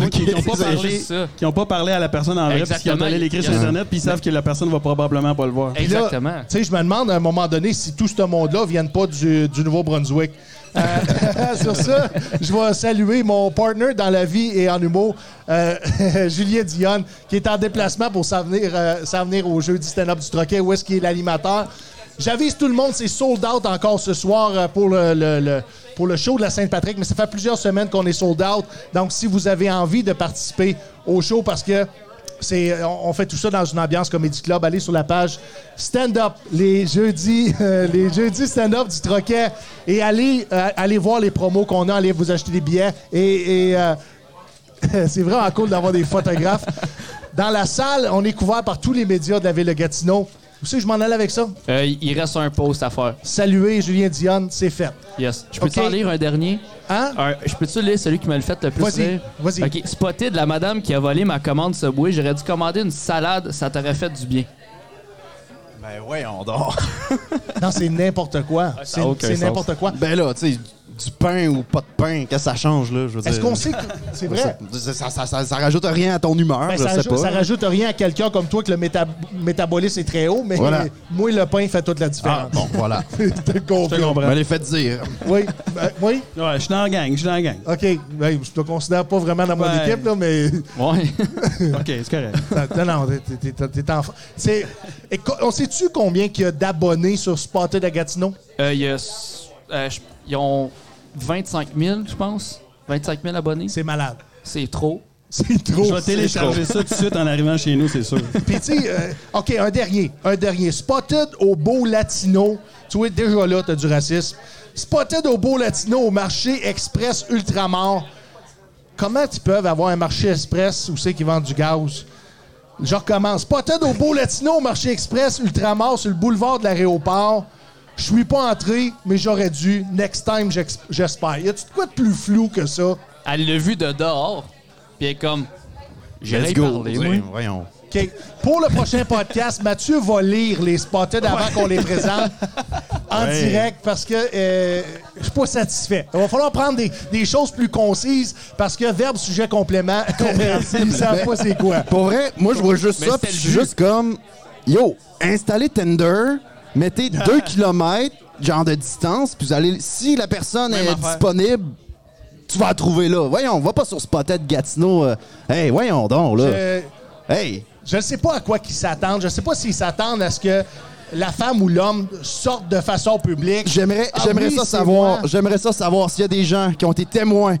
vois, qui n'ont C'est pas, parlé- juste ça. qui ont pas parlé à la personne en vrai, puis qui ont Exactement. allé l'écrire sur Il y a- Internet, puis ils savent que la personne va probablement pas le voir. Puis là, Exactement. Tu sais, je me demande à un moment donné si tout ce monde-là ne vienne pas du, du Nouveau-Brunswick. Euh, sur ça, je vais saluer mon partner dans la vie et en humour, euh, Julien Dionne, qui est en déplacement pour s'en venir, euh, s'en venir au jeu du stand-up du Troquet, où est-ce qu'il est l'animateur. J'avise tout le monde, c'est sold out encore ce soir euh, pour le, le- le- pour le show de la Sainte-Patrick, mais ça fait plusieurs semaines qu'on est sold out. Donc, si vous avez envie de participer au show, parce que c'est- euh, on, on fait tout ça dans une ambiance comédie club. Allez sur la page Stand Up les jeudis, euh, les jeudis Stand Up du Troquet et allez, euh, allez voir les promos qu'on a. Allez vous acheter des billets et, et, euh, c'est vraiment cool d'avoir des photographes. Dans la salle, on est couvert par tous les médias de la ville de Gatineau. Vous savez, je m'en allais avec ça. Euh, il reste un post à faire. Saluer Julien Dionne, c'est fait. Yes. Je peux-tu Ok. en lire un dernier? Hein? Un- je peux-tu lire celui qui me le fait le plus Vas-y, rire? vas-y. Ah, OK. Spoté de la madame qui a volé ma commande Subway. J'aurais dû commander une salade, ça t'aurait fait du bien. Ben voyons donc. Non, c'est n'importe quoi. Ah, ça C'est a aucun c'est sens. n'importe quoi. Ben là, tu sais, du pain ou pas de pain, qu'est-ce que ça change, là? je veux Est-ce Euh, dire? qu'on sait que c'est vrai? Ça, ça, ça, ça- ça rajoute rien à ton humeur, Ben, je ça, sais rajoute, pas. ça rajoute rien à quelqu'un comme toi que le méta- métabolisme est très haut, mais Voilà. moi, le pain fait toute la Ah, différence. bon, voilà. T'as compris. Je te comprends. Ben, les faites dire. Oui, ben, oui, Ouais, je suis dans la gang, je suis dans la gang. OK. Ben, je te considère pas vraiment dans mon Ouais. équipe, là, mais Ouais. OK, c'est correct. Non, non, t'es- t'es- t'es- t'es en... C'est... Éco- On sait-tu combien qu'il y a d'abonnés sur Spotted à Gatineau? Euh, il y a s- euh, je- ils ont 25 000, je pense. 25 000 abonnés. C'est malade. C'est trop. C'est trop. Je vais télécharger ça tout de suite en arrivant chez nous, c'est sûr. Puis, tu sais, euh, OK, un dernier. Un dernier. Spotted au beau latino. Tu vois, déjà là, t'as du racisme. Spotted au beau latino au marché express ultramar. Comment ils peuvent avoir un marché express où c'est qu'ils vendent du gaz? Je recommence. Spotted au beau latino au marché express ultramar sur le boulevard de l'aéroport. Je suis pas entré, mais j'aurais dû. Next time, j'ex- j'espère. Y a-tu de quoi de plus flou que ça? Elle l'a vu de dehors, puis elle est comme... J'aurais Let's go. parlé, tu sais, moi. Voyons. OK. Pour le prochain podcast, Mathieu va lire les spotted avant qu'on les présente en direct parce que euh, je suis pas satisfait. Il va falloir prendre des, des choses plus concises parce que verbe, sujet, complément, ils savent pas c'est quoi. Pour vrai, moi, je vois juste Mais ça, c'était le puis je suis but. juste comme... Yo, installez Tinder, mettez 2 km, genre de distance, puis vous allez... Si la personne est disponible, tu vas la trouver là. Voyons, va pas sur Spotted Gatineau. euh, hey, voyons donc, là. Euh, Hey, je ne sais pas à quoi qu'ils s'attendent. Je ne sais pas s'ils s'attendent à ce que la femme ou l'homme sorte de façon publique. J'aimerais, Ah j'aimerais oui, ça c'est savoir. moi. J'aimerais ça savoir s'il y a des gens qui ont été témoins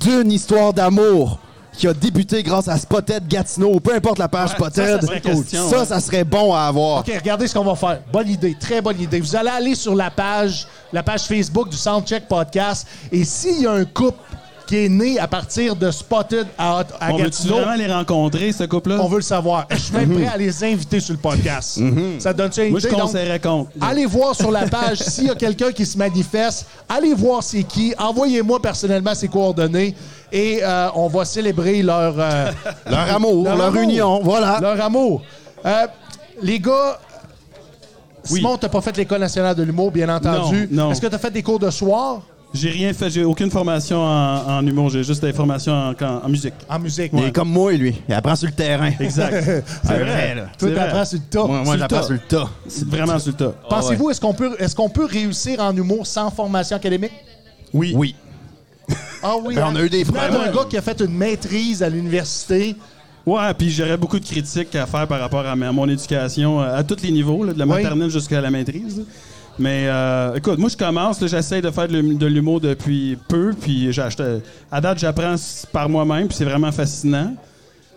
d'une histoire d'amour qui a débuté grâce à Spotted Gatineau, ou peu importe la page Spotted. ça serait cool. Question, Ça, ouais. ça serait bon à avoir. OK, regardez ce qu'on va faire. Bonne idée, très bonne idée. Vous allez aller sur la page, la page Facebook du Soundcheck Podcast. Et s'il y a un couple qui est né à partir de Spotted à, Hot- à On veut-tu Gatineau, vraiment les rencontrer, ce couple-là? on veut le savoir. Je suis même prêt à les inviter sur le podcast. Ça te donne-tu une Moi, je idée? donc? conseillerais contre. Allez voir sur la page s'il y a quelqu'un qui se manifeste. Allez voir c'est qui. Envoyez-moi personnellement ses coordonnées et euh, on va célébrer leur, euh, Leur amour, leur, amour. union, voilà. Leur amour. Euh, les gars, Oui. Simon, t'as pas fait l'École nationale de l'humour, bien entendu. Non, non. Est-ce que t'as fait des cours de soir J'ai rien fait, j'ai aucune formation en, en humour, j'ai juste des formations en, en- en musique. en musique? Il est comme moi, lui. Il apprend sur le terrain. Exact. C'est vrai, là. Toi, c'est t'apprends vrai. sur le tas. Moi, Sur moi le je l'apprends tas. sur le tas. C'est vraiment sur le tas. Pensez-vous, est-ce qu'on peut, est qu'on peut réussir en humour sans formation académique? Oui. Oui. Ah oui. Ben, on a eu des Venant problèmes. d'un gars qui a fait une maîtrise à l'université. Ouais, puis j'aurais beaucoup de critiques à faire par rapport à ma- mon éducation euh, à tous les niveaux, là, de la Oui. maternelle jusqu'à la maîtrise. là. Mais euh, écoute, moi je commence, là, j'essaie de faire de l'hum- de l'humour depuis peu, puis j'achète. À date, j'apprends s- par moi-même, puis c'est vraiment fascinant.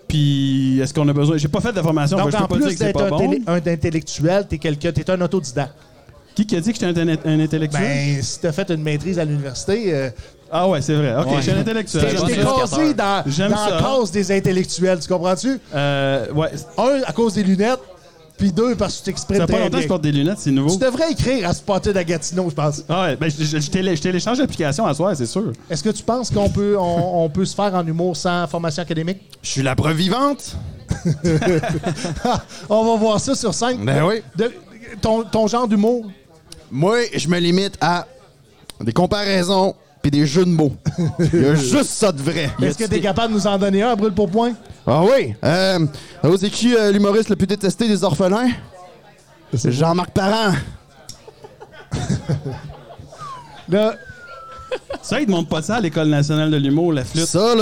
Puis est-ce qu'on a besoin J'ai pas fait de formation, Donc, fait que je en peux pas dire plus que c'est d'être pas un, bon. télé- un intellectuel, t'es quelqu'un, t'es un autodidacte. Qui qui a dit que j'étais un, un intellectuel Ben, si t'as fait une maîtrise à l'université, euh, Ah ouais, c'est vrai. Ok, je suis un intellectuel. t'es t'es casé dans, J'aime dans la ça. cause des intellectuels, tu comprends-tu? Euh, ouais, Un, à cause des lunettes, puis deux, parce que tu t'exprimes ça fait pas très longtemps que bien. je porte des lunettes, c'est nouveau. Tu devrais écrire à Spotted à Gatineau, je pense. Ah ouais, ben je, je- je télé- je télécharge l'application à soir, c'est sûr. Est-ce que tu penses qu'on peut, on, on peut se faire en humour sans formation académique? Je suis la preuve vivante. on va voir ça sur scène. Ben oui. De- ton, ton genre d'humour, Moi, je me limite à des comparaisons puis des jeux de mots. Il y a juste ça de vrai. est-ce que t'es capable de nous en donner un, brûle pour point? Ah oui! Euh, vous savez qui euh, l'humoriste le plus détesté des orphelins? C'est Jean-Marc Parent. Là, Ça, ils te montrent pas ça à l'École nationale de l'humour, la flûte. Ça, Ça,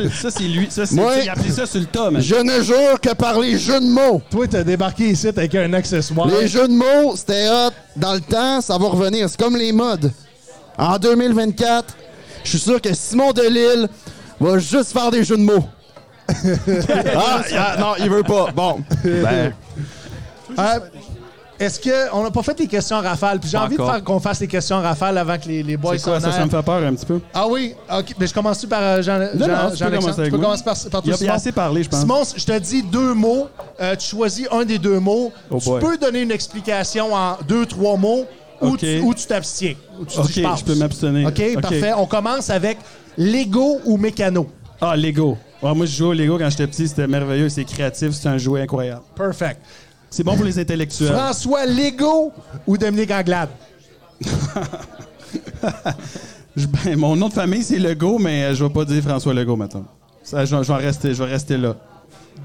là, ça, c'est lui. Ça, c'est, Ouais. Il a appelé ça sur le tas, man. je ne jure que par les jeux de mots. toi, t'as débarqué ici avec un accessoire. Les jeux de mots, c'était hot. Dans le temps, ça va revenir. C'est comme les modes. En 2024, je suis sûr que Simon Delille va juste faire des jeux de mots. Ah, ah, non, il veut pas. Bon. Ben, Euh, Est-ce que on n'a pas fait les questions en rafale? Puis j'ai envie de encore. faire qu'on fasse les questions en rafale avant que les, les boys C'est quoi, s'en ça, ça aillent. me fait peur un petit peu. Ah oui, ok. Mais je commence par euh, Jean, Jean, non, tu peux Jean-Alexandre. commencer avec Tu peux moi. commencer par, par Il toi, a, il a Simon. assez parlé, je pense. Simon, je te dis deux mots. Euh, tu choisis un des deux mots. Oh tu boy. peux donner une explication en deux, trois mots ou Ok. tu- ou tu t'abstiens. Ou tu dis, ok, passe. je peux m'abstenir. OK, parfait. On commence avec Lego ou mécano. Ah, Lego. Ah, moi, je jouais au Lego quand j'étais petit, c'était merveilleux, c'est créatif, c'est un jouet incroyable. Perfect. C'est bon pour les intellectuels. François Lego ou Dominique Anglade? Je- ben, mon nom de famille, c'est Legault, mais euh, je vais pas dire François Legault maintenant. Ça, je, vais- je vais en rester, je vais rester là.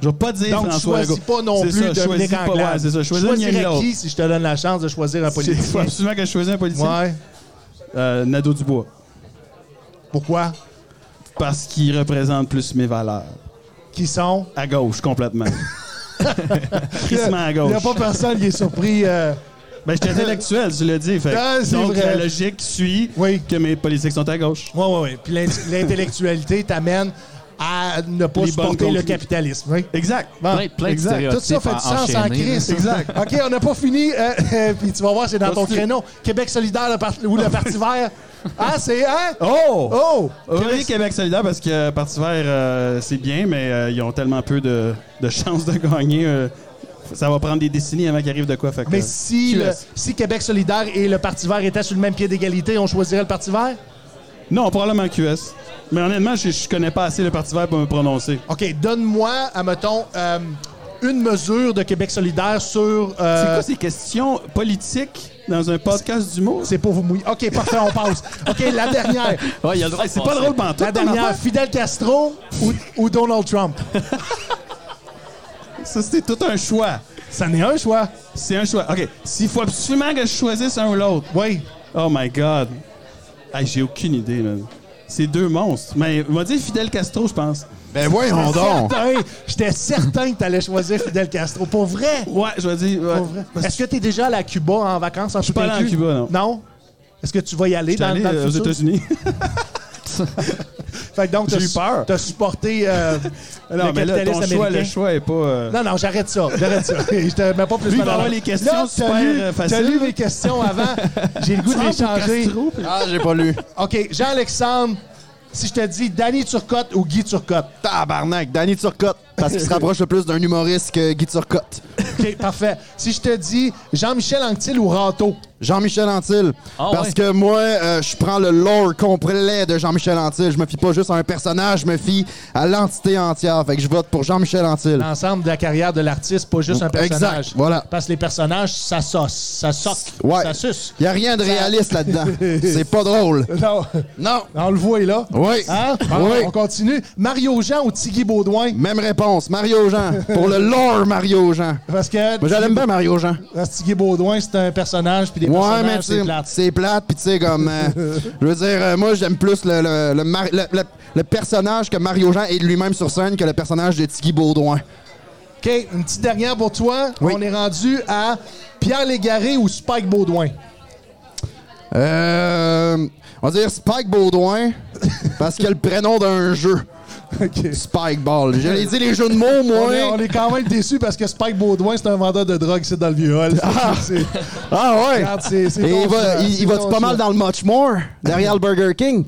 Je vais pas dire Donc, François choisis Legault. pas non C'est plus ça, je choisis Dominique pas, Anglade. ouais, c'est ça, je choisis ni Choisirais l'autre. qui si je te donne la chance de choisir un Il faut politicien? absolument que je choisisse un politicien. Ouais. Euh, Nadeau Dubois. Pourquoi? Parce qu'il représente plus mes valeurs. Qui sont? À gauche, complètement. Crissement à Il gauche. n'y a pas personne qui est surpris. euh, Ben, j'étais intellectuel, tu l'as dit. Fait. que- Ah, c'est Donc, vrai. la logique suit Oui. que mes politiques sont à gauche. Oui, oui, oui. Puis l'int- l'intellectualité t'amène à ne pas Les supporter bonnes le conclu- capitalisme. Oui. Exact. Bon, Plein- plein de exact. Tout ça stéréotypes fait du sens en enchaînés, crise. Exact. OK, on n'a pas fini. euh, euh, puis tu vas voir, c'est dans ton Continue. créneau. Québec solidaire le par- ou le Parti vert. Ah, c'est... Hein? Oh! Oh! Québec, Québec solidaire, parce que euh, Parti vert, euh, c'est bien, mais euh, ils ont tellement peu de, de chances de gagner. euh, ça va prendre des décennies avant qu'ils arrivent de quoi. Fait que, Mais euh, si, le- laisse. si Québec solidaire et le Parti vert étaient sur le même pied d'égalité, on choisirait le Parti vert? Non, probablement QS. Mais honnêtement, je, je connais pas assez le Parti vert pour me prononcer. OK, donne-moi, admettons, euh, une mesure de Québec solidaire sur... euh, C'est quoi ces questions politiques dans un podcast d'humour? c'est pour vous mouiller. OK, parfait, on passe. OK, la dernière. Ouais, il a le droit Hey, de C'est pas passer. drôle pantoute. La ton dernière, affaire. Fidel Castro ou, ou Donald Trump? Ça, c'était tout un choix. Ça n'est un choix. C'est un choix. OK. S'il faut absolument que je choisisse un ou l'autre. Oui. Oh my God. Hey, J'ai aucune idée, man. C'est deux monstres. Mais on va dire Fidel Castro, je pense. ben voyons donc. Certain. J'étais certain que tu allais choisir Fidel Castro. Pour vrai. Ouais, je vais dire. ouais. Pour vrai. Est-ce que tu es déjà allé à Cuba en vacances en Je suis pas allé à Cuba, non. Non? Est-ce que tu vas y aller J'étais dans, allé dans euh, le aux futur? États-Unis. Fait que donc, J'ai t'as eu su- peur. T'as supporté euh, le non, mais là, capitalisme ton choix, le américain. choix est pas. euh, non, non, j'arrête ça. J'arrête ça. Je te mets pas plus Lui, il mal va à avoir l'aise. les questions Là, t'as super, lu- euh, T'as lu faciles. mes questions avant. J'ai le goût de les changer. Ah, j'ai pas lu. OK, Jean-Alexandre, si je te dis Danny Turcotte ou Guy Turcotte. Tabarnak, Danny Turcotte. Parce qu'il se rapproche le plus d'un humoriste que Guy Turcotte. OK, parfait. Si je te dis Jean-Michel Anctil ou Ranto. Jean-Michel Antil. parce ouais. que moi, euh, je prends le lore complet de Jean-Michel Antil. Je me fie pas juste à un personnage, je me fie à l'entité entière. Fait que je vote pour Jean-Michel Antil. L'ensemble de la carrière de l'artiste, pas juste un personnage. Exact, voilà. Parce que les personnages, ça sauce, ça soque, Ouais. ça suce. Y a rien de réaliste là-dedans. C'est pas drôle. Non, Non. on le voit là. Oui. Hein? Oui. On continue. Mario Jean ou Tiggy Baudouin? Même réponse, Mario Jean. Pour le lore Mario Jean. Parce que Moi, j'aime bien Mario Jean. parce que Tiggy Baudouin, c'est un personnage, puis des Ouais, mais personnages, tu sais, c'est plate. c'est plate, puis tu sais, comme. euh, je veux dire, euh, moi, j'aime plus le, le, le Mar- le- le- le personnage que Mario Jean est lui-même sur scène que le personnage de Tiggy Baudouin. OK, une petite dernière pour toi. Oui. On est rendu à Pierre Légaré ou Spike Baudouin. Euh, on va dire Spike Baudouin, parce qu'il a le prénom d'un jeu. Spike Ball. J'allais dire les jeux de mots, On est, on moi. est quand même déçus parce que Spike Baudouin, c'est un vendeur de drogue, c'est dans le vieux hall. C'est- Ah ouais! regarde, c'est- c'est Et ton il va, choix, il, c'est il va ton pas mal choix. dans le Much More, derrière le Burger King.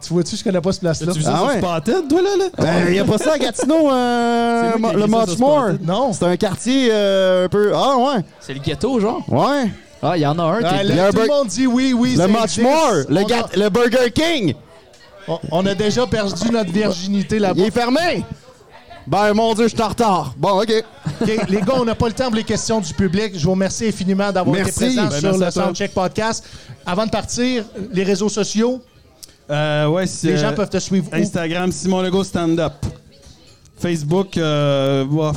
Tu vois-tu, je connais pas ce place-là. Tu vis ça Ah sur ouais? Spotted, toi, là? là? Ben, il y a pas ça à Gatineau, euh, C'est moi qui ai le écrit ça Much sur More. Spotted. Non. C'est un quartier euh, un peu. Ah ouais! C'est le ghetto, genre. Ouais! Ah, il y en a un qui Ah, est là, Il y a un tout le bur- monde dit oui, oui. Le ça Much existe. More! On Le, a- gat- le Burger King! on, on a déjà perdu notre virginité Il là-bas. est fermé! Ben, mon Dieu, je suis en retard. Bon, OK. OK, les gars, on n'a pas le temps pour les questions du public. Je vous remercie infiniment d'avoir été Merci. présents Ben, sur merci le à toi. Soundcheck Podcast. Avant de partir, les réseaux sociaux, Euh, ouais, c'est, les gens euh, peuvent te suivre où? Instagram, Simon Legault Stand-Up. Facebook, euh, bof.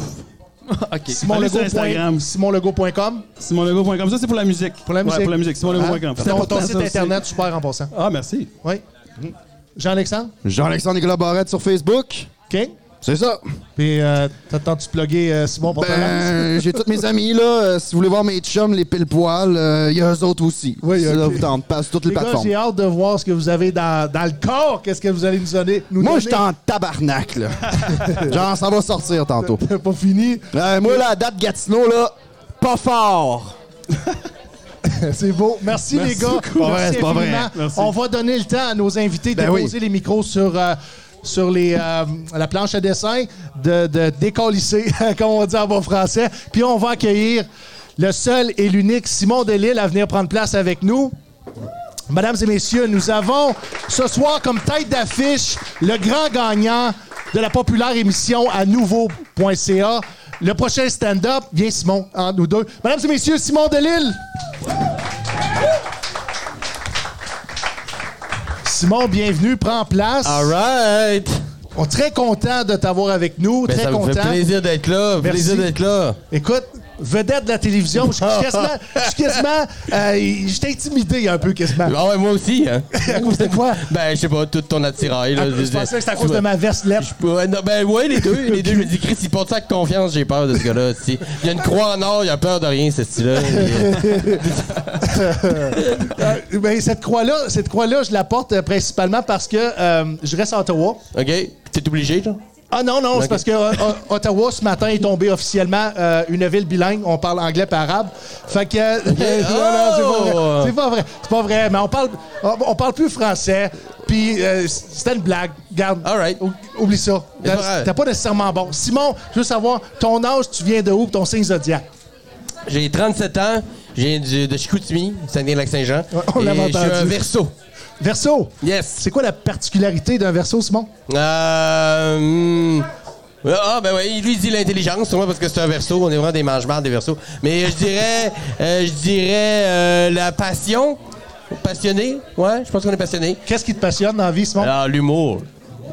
Allez sur SimonLegault point- Instagram. SimonLegault.com. SimonLegault.com. Ça, c'est pour la musique. Pour la musique. Ouais, pour la musique. SimonLegault.com. Ton- Ton important, site ça aussi. Internet, super en passant. Ah, merci. Oui. Mhm. Jean-Alexandre? Jean-Alexandre Nicolas Barrette sur Facebook. OK. C'est ça. Puis, euh, t'attends-tu plugger euh, Simon pour ta lance? Ben, j'ai tous mes amis, là. Euh, si vous voulez voir mes chums, les pile poil, il y a eux autres aussi. Oui, Si ok. ça vous tente, passe toutes les, Les gars, plateformes. j'ai hâte de voir ce que vous avez dans, dans le corps. Qu'est-ce que vous allez nous donner? Nous Moi, donner. j'étais en tabarnak, là. Genre, ça va sortir tantôt. T'as pas fini. Euh, moi, là, à date Gatineau, là, pas fort. C'est beau. Merci, les gars. Oh, beaucoup. Pas vrai, Merci c'est pas vrai. infiniment. Merci. On va donner le temps à nos invités de Ben déposer les micros sur, euh, sur les, euh, la planche à dessin, de, de décollisser, comme on dit en bon français. Puis on va accueillir le seul et l'unique Simon Delille à venir prendre place avec nous. Mesdames et messieurs, nous avons ce soir comme tête d'affiche le grand gagnant de la populaire émission à nouveau.ca. Le prochain stand-up, viens Simon, entre nous deux. Mesdames et messieurs, Simon Delille. Simon, bienvenue, prends place. All right. On est très content de t'avoir avec nous, Ben, très ça me content. fait plaisir d'être là. Merci. Plaisir d'être là. Écoute, vedette de la télévision, je suis quasiment, je suis quasiment, euh, je t'ai intimidé un peu quasiment. Ah ouais, moi aussi. Hein. À cause de quoi? Ben, je sais pas, tout ton attirail. Là, Ah, Je pensais que c'était à cause de ma veste lèvre. Je- ouais, non, ben ouais, les deux, les deux. Je me dis, Chris, il porte ça avec confiance, j'ai peur de ce gars-là. si. Il y a une croix en or, il a peur de rien, ce style-là. Il- Euh, ben, cette croix-là, cette croix-là, je la porte euh, principalement parce que euh, je reste à Ottawa. OK? T'es obligé, là? Ah non, non, c'est Ok. parce que euh, euh, Ottawa, ce matin, est tombée officiellement euh, une ville bilingue. On parle anglais et arabe. Fait que... euh, non, non, c'est pas vrai. c'est pas vrai. C'est pas vrai, mais on parle, on, on parle plus français. Puis euh, c'était une blague. Garde. All right. Ou- Oublie ça. C'est pas grave. T'es Ah. pas nécessairement bon. Simon, je veux savoir, ton âge, tu viens de où, ton signe zodiac? J'ai 37 ans, j'ai du, de Chicoutimi, Saguenay-Lac-Saint-Jean. Ouais, on l'avait Et Je suis un entendu. verso. Verseau. Yes. C'est quoi la particularité d'un verso, Simon? Euh, hmm. Ah, ben oui, lui, il dit l'intelligence, moi, parce que c'est un verso. On est vraiment des mangements des versos. Mais euh, je dirais, euh, je dirais euh, la passion. Passionné, ouais, je pense qu'on est passionné. Qu'est-ce qui te passionne dans la vie, Simon? Alors, l'humour.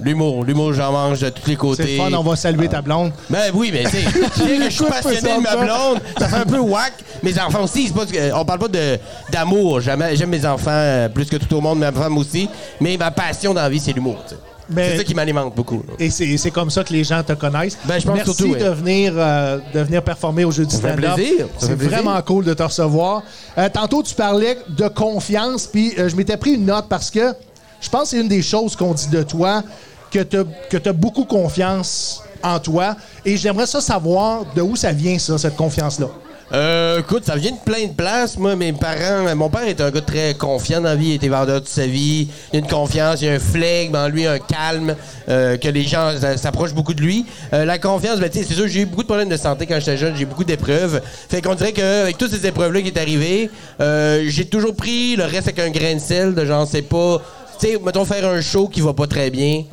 L'humour, l'humour, j'en mange de tous les C'est le côtés. fun, on va saluer ta blonde. Ben oui, mais tu sais, tu sais que je suis passionné de ma blonde, ça fait un peu whack. Mes enfants aussi, c'est pas, du- euh, on parle pas de- d'amour. J'aime j'aime mes enfants euh, plus que tout au monde, ma femme aussi. Mais ma passion dans la vie, c'est l'humour. tu sais. Mais- C'est ça qui m'alimente beaucoup. là. Et c'est c'est comme ça que les gens te connaissent. Ben, je pense Merci surtout, ouais. de, venir, euh, de venir performer au jeu du fait stand-up. plaisir. C'est Ça fait plaisir. vraiment cool de te recevoir. Euh, tantôt, tu parlais de confiance, puis euh, je m'étais pris une note parce que je pense que c'est une des choses qu'on dit de toi, que tu as beaucoup confiance en toi. Et j'aimerais ça savoir de où ça vient, ça, cette confiance-là. Euh, écoute, ça vient de plein de places. Moi, mes parents, euh, mon père est un gars très confiant dans la vie. Il était vendeur toute sa vie. Il a une confiance, il a un flegme en lui, un calme, euh, que les gens euh, s'approchent beaucoup de lui. Euh, la confiance, ben, tu sais, c'est sûr, j'ai eu beaucoup de problèmes de santé quand j'étais jeune. J'ai eu beaucoup d'épreuves. Fait qu'on dirait qu'avec toutes ces épreuves-là qui est arrivé, euh, j'ai toujours pris le reste avec un grain de sel, de genre, c'est pas. Tu sais, mettons faire un show qui va pas très bien.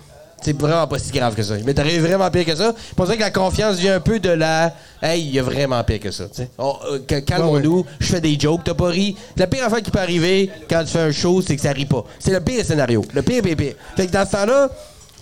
C'est vraiment pas si grave que ça. Il m'est arrivé vraiment pire que ça. C'est pour ça que la confiance vient un peu de la. Hey, il y a vraiment pire que ça. tu sais. On- euh, que- Calmons-nous. Je fais des jokes, t'as pas ri. La pire affaire qui peut arriver quand tu fais un show, c'est que ça rit pas. C'est le pire scénario. Le pire, pire, pire. Fait que dans ce temps-là,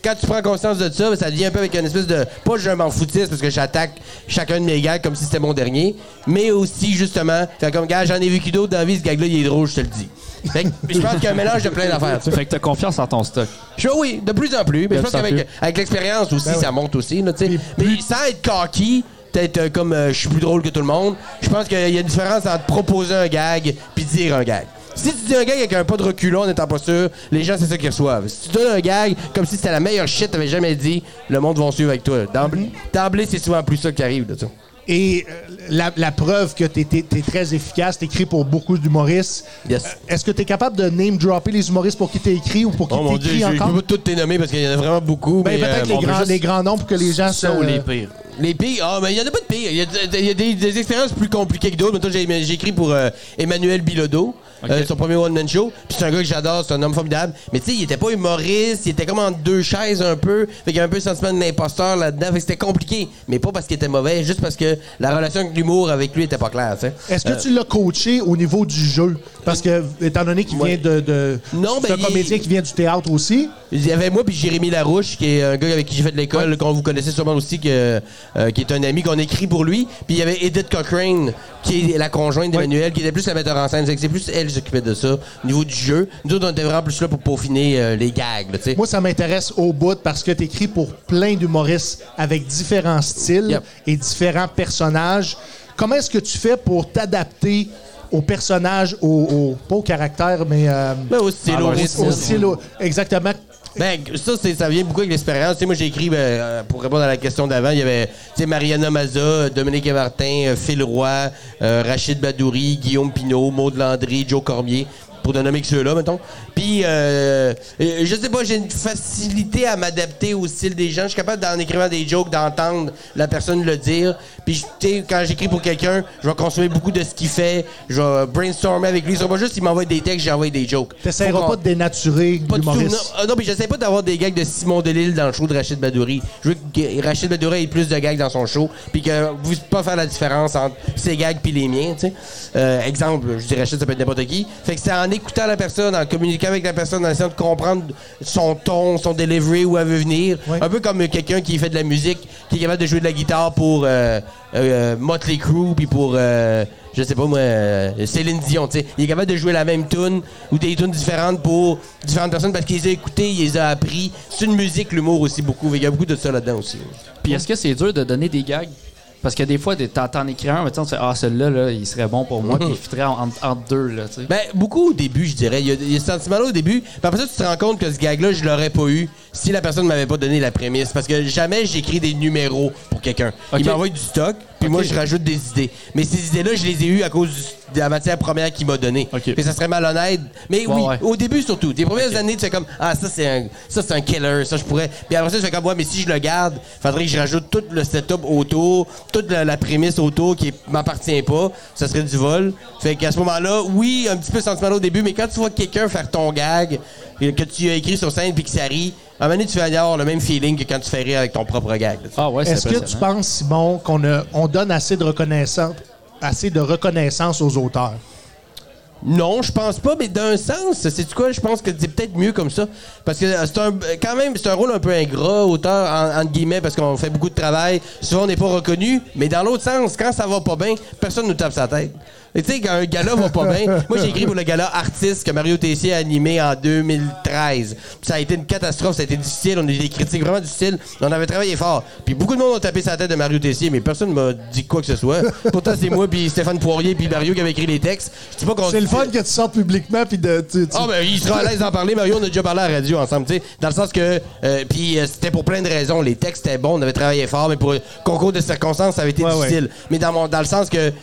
quand tu prends conscience de ça, ben, ça devient un peu avec une espèce de. Pas je m'en foutiste parce que j'attaque chacun de mes gags comme si c'était mon dernier, mais aussi justement, faire comme gars, j'en ai vécu d'autres dans la vie, ce gag-là, il est drôle, je te le dis. Fait que je pense qu'il y a un mélange de plein d'affaires. tu sais. Fait que t'as confiance en ton stock. Je- oui, de plus en plus. Ben Mais je De pense plus en qu'avec avec l'expérience aussi, ça monte aussi. Là, tu sais. mais sans être cocky, peut-être euh, comme euh, je suis plus drôle que tout le monde, je pense qu'il y a une différence entre proposer un gag puis dire un gag. Si tu dis un gag avec un pas de reculon en n'étant pas sûr, les gens, c'est ça qu'ils reçoivent. Si tu donnes un gag comme si c'était la meilleure shit que t'avais jamais dit, le monde va suivre avec toi. D'emblée, d'emblée, c'est souvent plus ça qui arrive. Là, tu sais. Et euh, la, la preuve que tu es, très efficace, tu écris pour beaucoup d'humoristes. Yes. Euh, Est-ce que tu es capable de name-dropper les humoristes pour qui tu écrit ou pour qui Oh mon t'écris Dieu, je je peux encore? pas tous t'es nommer parce qu'il y en a vraiment beaucoup. Ben, mais, euh, peut-être les, on peut grands, juste- les grands noms pour que les gens se... Ça ou les euh, pires. Les pires, ah, mais il y en a pas de pires. Il y a, il y a des, des expériences plus compliquées que d'autres. Mettons, j'ai j'ai écrit pour euh, Emmanuel Bilodeau, euh, son premier one-man show. Puis c'est un gars que j'adore, c'est un homme formidable. Mais tu sais, il était pas humoriste, il était comme en deux chaises un peu. Fait qu'il y a un peu le sentiment de l'imposteur là-dedans. Fait que c'était compliqué. Mais pas parce qu'il était mauvais, juste parce que la relation avec l'humour avec lui était pas claire, tu sais. Est-ce que tu l'as coaché au niveau du jeu? Parce que, étant donné qu'il Ouais. vient de. de Non, c'est ben, un il- comédien qui vient du théâtre aussi. Il y avait moi puis Jérémy Larouche, qui est un gars avec qui j'ai fait de l'école, qu'on vous connaissez sûrement aussi, que euh, qui est un ami qu'on écrit pour lui. Puis il y avait Edith Cochrane, qui est la conjointe d'Emmanuel, qui était plus la metteur en scène. C'est que c'est plus elle qui s'occupait de ça au niveau du jeu. Nous autres, on était vraiment plus là pour peaufiner euh, les gags, là, tu sais. Moi, ça m'intéresse au bout parce que t'écris pour plein d'humoristes avec différents styles Yep. et différents personnages. Comment est-ce que tu fais pour t'adapter aux personnages, au, au- pas au caractère, mais euh, Ben, au style, au- au au rythme. style, au- exactement. Ben, ça, c'est- ça vient beaucoup avec l'expérience. Tu sais, moi, j'ai écrit, ben, euh, pour répondre à la question d'avant, il y avait, tu sais, Mariana Maza, Dominique Evertin, euh, Phil Roy, euh, Rachid Badouri, Guillaume Pinault, Maud Landry, Joe Cormier, pour ne nommer que ceux-là, mettons. Puis, euh, euh, je sais pas, j'ai une facilité à m'adapter au style des gens. Je suis capable, en écrivant des jokes, d'entendre la personne le dire. Puis, je- tu sais, quand j'écris pour quelqu'un, je vais consommer beaucoup de ce qu'il fait. Je vais brainstormer avec lui. Ce sera pas juste, il m'envoie des textes, j'envoie des jokes. Faut T'essaieras qu'on- pas de dénaturer pas du tout. Non, l'humoriste. ah non, mais j'essaie pas d'avoir des gags de Simon Delille dans le show de Rachid Badouri. Je veux que Rachid Badouri ait plus de gags dans son show, puis que vous puissiez pas faire la différence entre ses gags puis les miens, tu sais. Euh, exemple, je dis Rachid, ça peut être n'importe qui. Fait que c'est en écoutant la personne, en communiquant avec la personne, en essayant de comprendre son ton, son delivery, où elle veut venir. Ouais. Un peu comme quelqu'un qui fait de la musique, qui est capable de jouer de la guitare pour euh, euh, Motley Crue, puis pour... euh, je sais pas moi, euh, Céline Dion, tu sais. Il est capable de jouer la même tune ou des tunes différentes pour différentes personnes parce qu'il les a écoutées, il les a appris. C'est une musique, l'humour aussi beaucoup. Il y a beaucoup de ça là-dedans aussi. Puis est-ce que c'est dur de donner des gags? Parce que des fois, des- t'en t'en écris un, mais tu sais, on se fait Ah, celui-là, là, il serait bon pour moi, puis il fitterait en- entre entre deux, là, tu sais. Ben, beaucoup au début, je dirais. Il y a, il y a ce sentiment-là au début. Puis après ça, tu te rends compte que ce gag-là, je l'aurais pas eu si la personne m'avait pas donné la prémisse. Parce que jamais j'écris des numéros pour quelqu'un. Ok. Il m'envoie du stock, puis moi, je rajoute des idées. Mais ces idées-là, je les ai eues à cause du- de la matière première qu'il m'a donnée. Ok. Puis ça serait malhonnête. Mais Ouais, oui, ouais. au début surtout. Tes premières années, tu fais comme Ah, ça, c'est un, ça, c'est un killer. Ça, je pourrais. Puis après ça, tu fais comme Ouais, mais si je le garde, faudrait que je rajoute tout le setup autour, toute la, la prémisse autour qui est- m'appartient pas. Ça serait du vol. Fait qu'à ce moment-là, oui, un petit peu sentimental au début, mais quand tu vois quelqu'un faire ton gag, et que tu as écrit sur scène puis que ça rit, à un moment donné, tu vas avoir le même feeling que quand tu fais rire avec ton propre gag. là. Ah ouais, c'est Est-ce que tu impressionnant. penses, Simon, qu'on a- on donne assez de reconnaissance, assez de reconnaissance aux auteurs? Non, je pense pas, mais d'un sens, c'est quoi, je pense que c'est peut-être mieux comme ça. Parce que euh, c'est un quand même c'est un rôle un peu ingrat, auteur en, entre guillemets, parce qu'on fait beaucoup de travail, souvent on n'est pas reconnu, mais dans l'autre sens, quand ça va pas bien, personne nous tape sa tête. Et tu sais, quand un gala va pas bien, moi j'ai écrit pour le gala artiste que Mario Tessier a animé en 2013. Puis ça a été une catastrophe, ça a été difficile, on a eu des critiques vraiment difficiles, mais on avait travaillé fort. Puis beaucoup de monde ont tapé sa tête de Mario Tessier, mais personne m'a dit quoi que ce soit. Pourtant c'est moi puis Stéphane Poirier puis Mario qui avait écrit les textes. Je dis pas qu'on C'est le fun que tu sortes publiquement puis de. tu- tu- ah, ben, il sera à l'aise d'en parler. Mario, on a déjà parlé à la radio ensemble, tu sais. Dans le sens que. euh, Puis euh, c'était pour plein de raisons. Les textes étaient bons, on avait travaillé fort, mais pour euh, concours de circonstances, ça avait été Ouais, difficile. Mais dans, mon, dans le sens que c-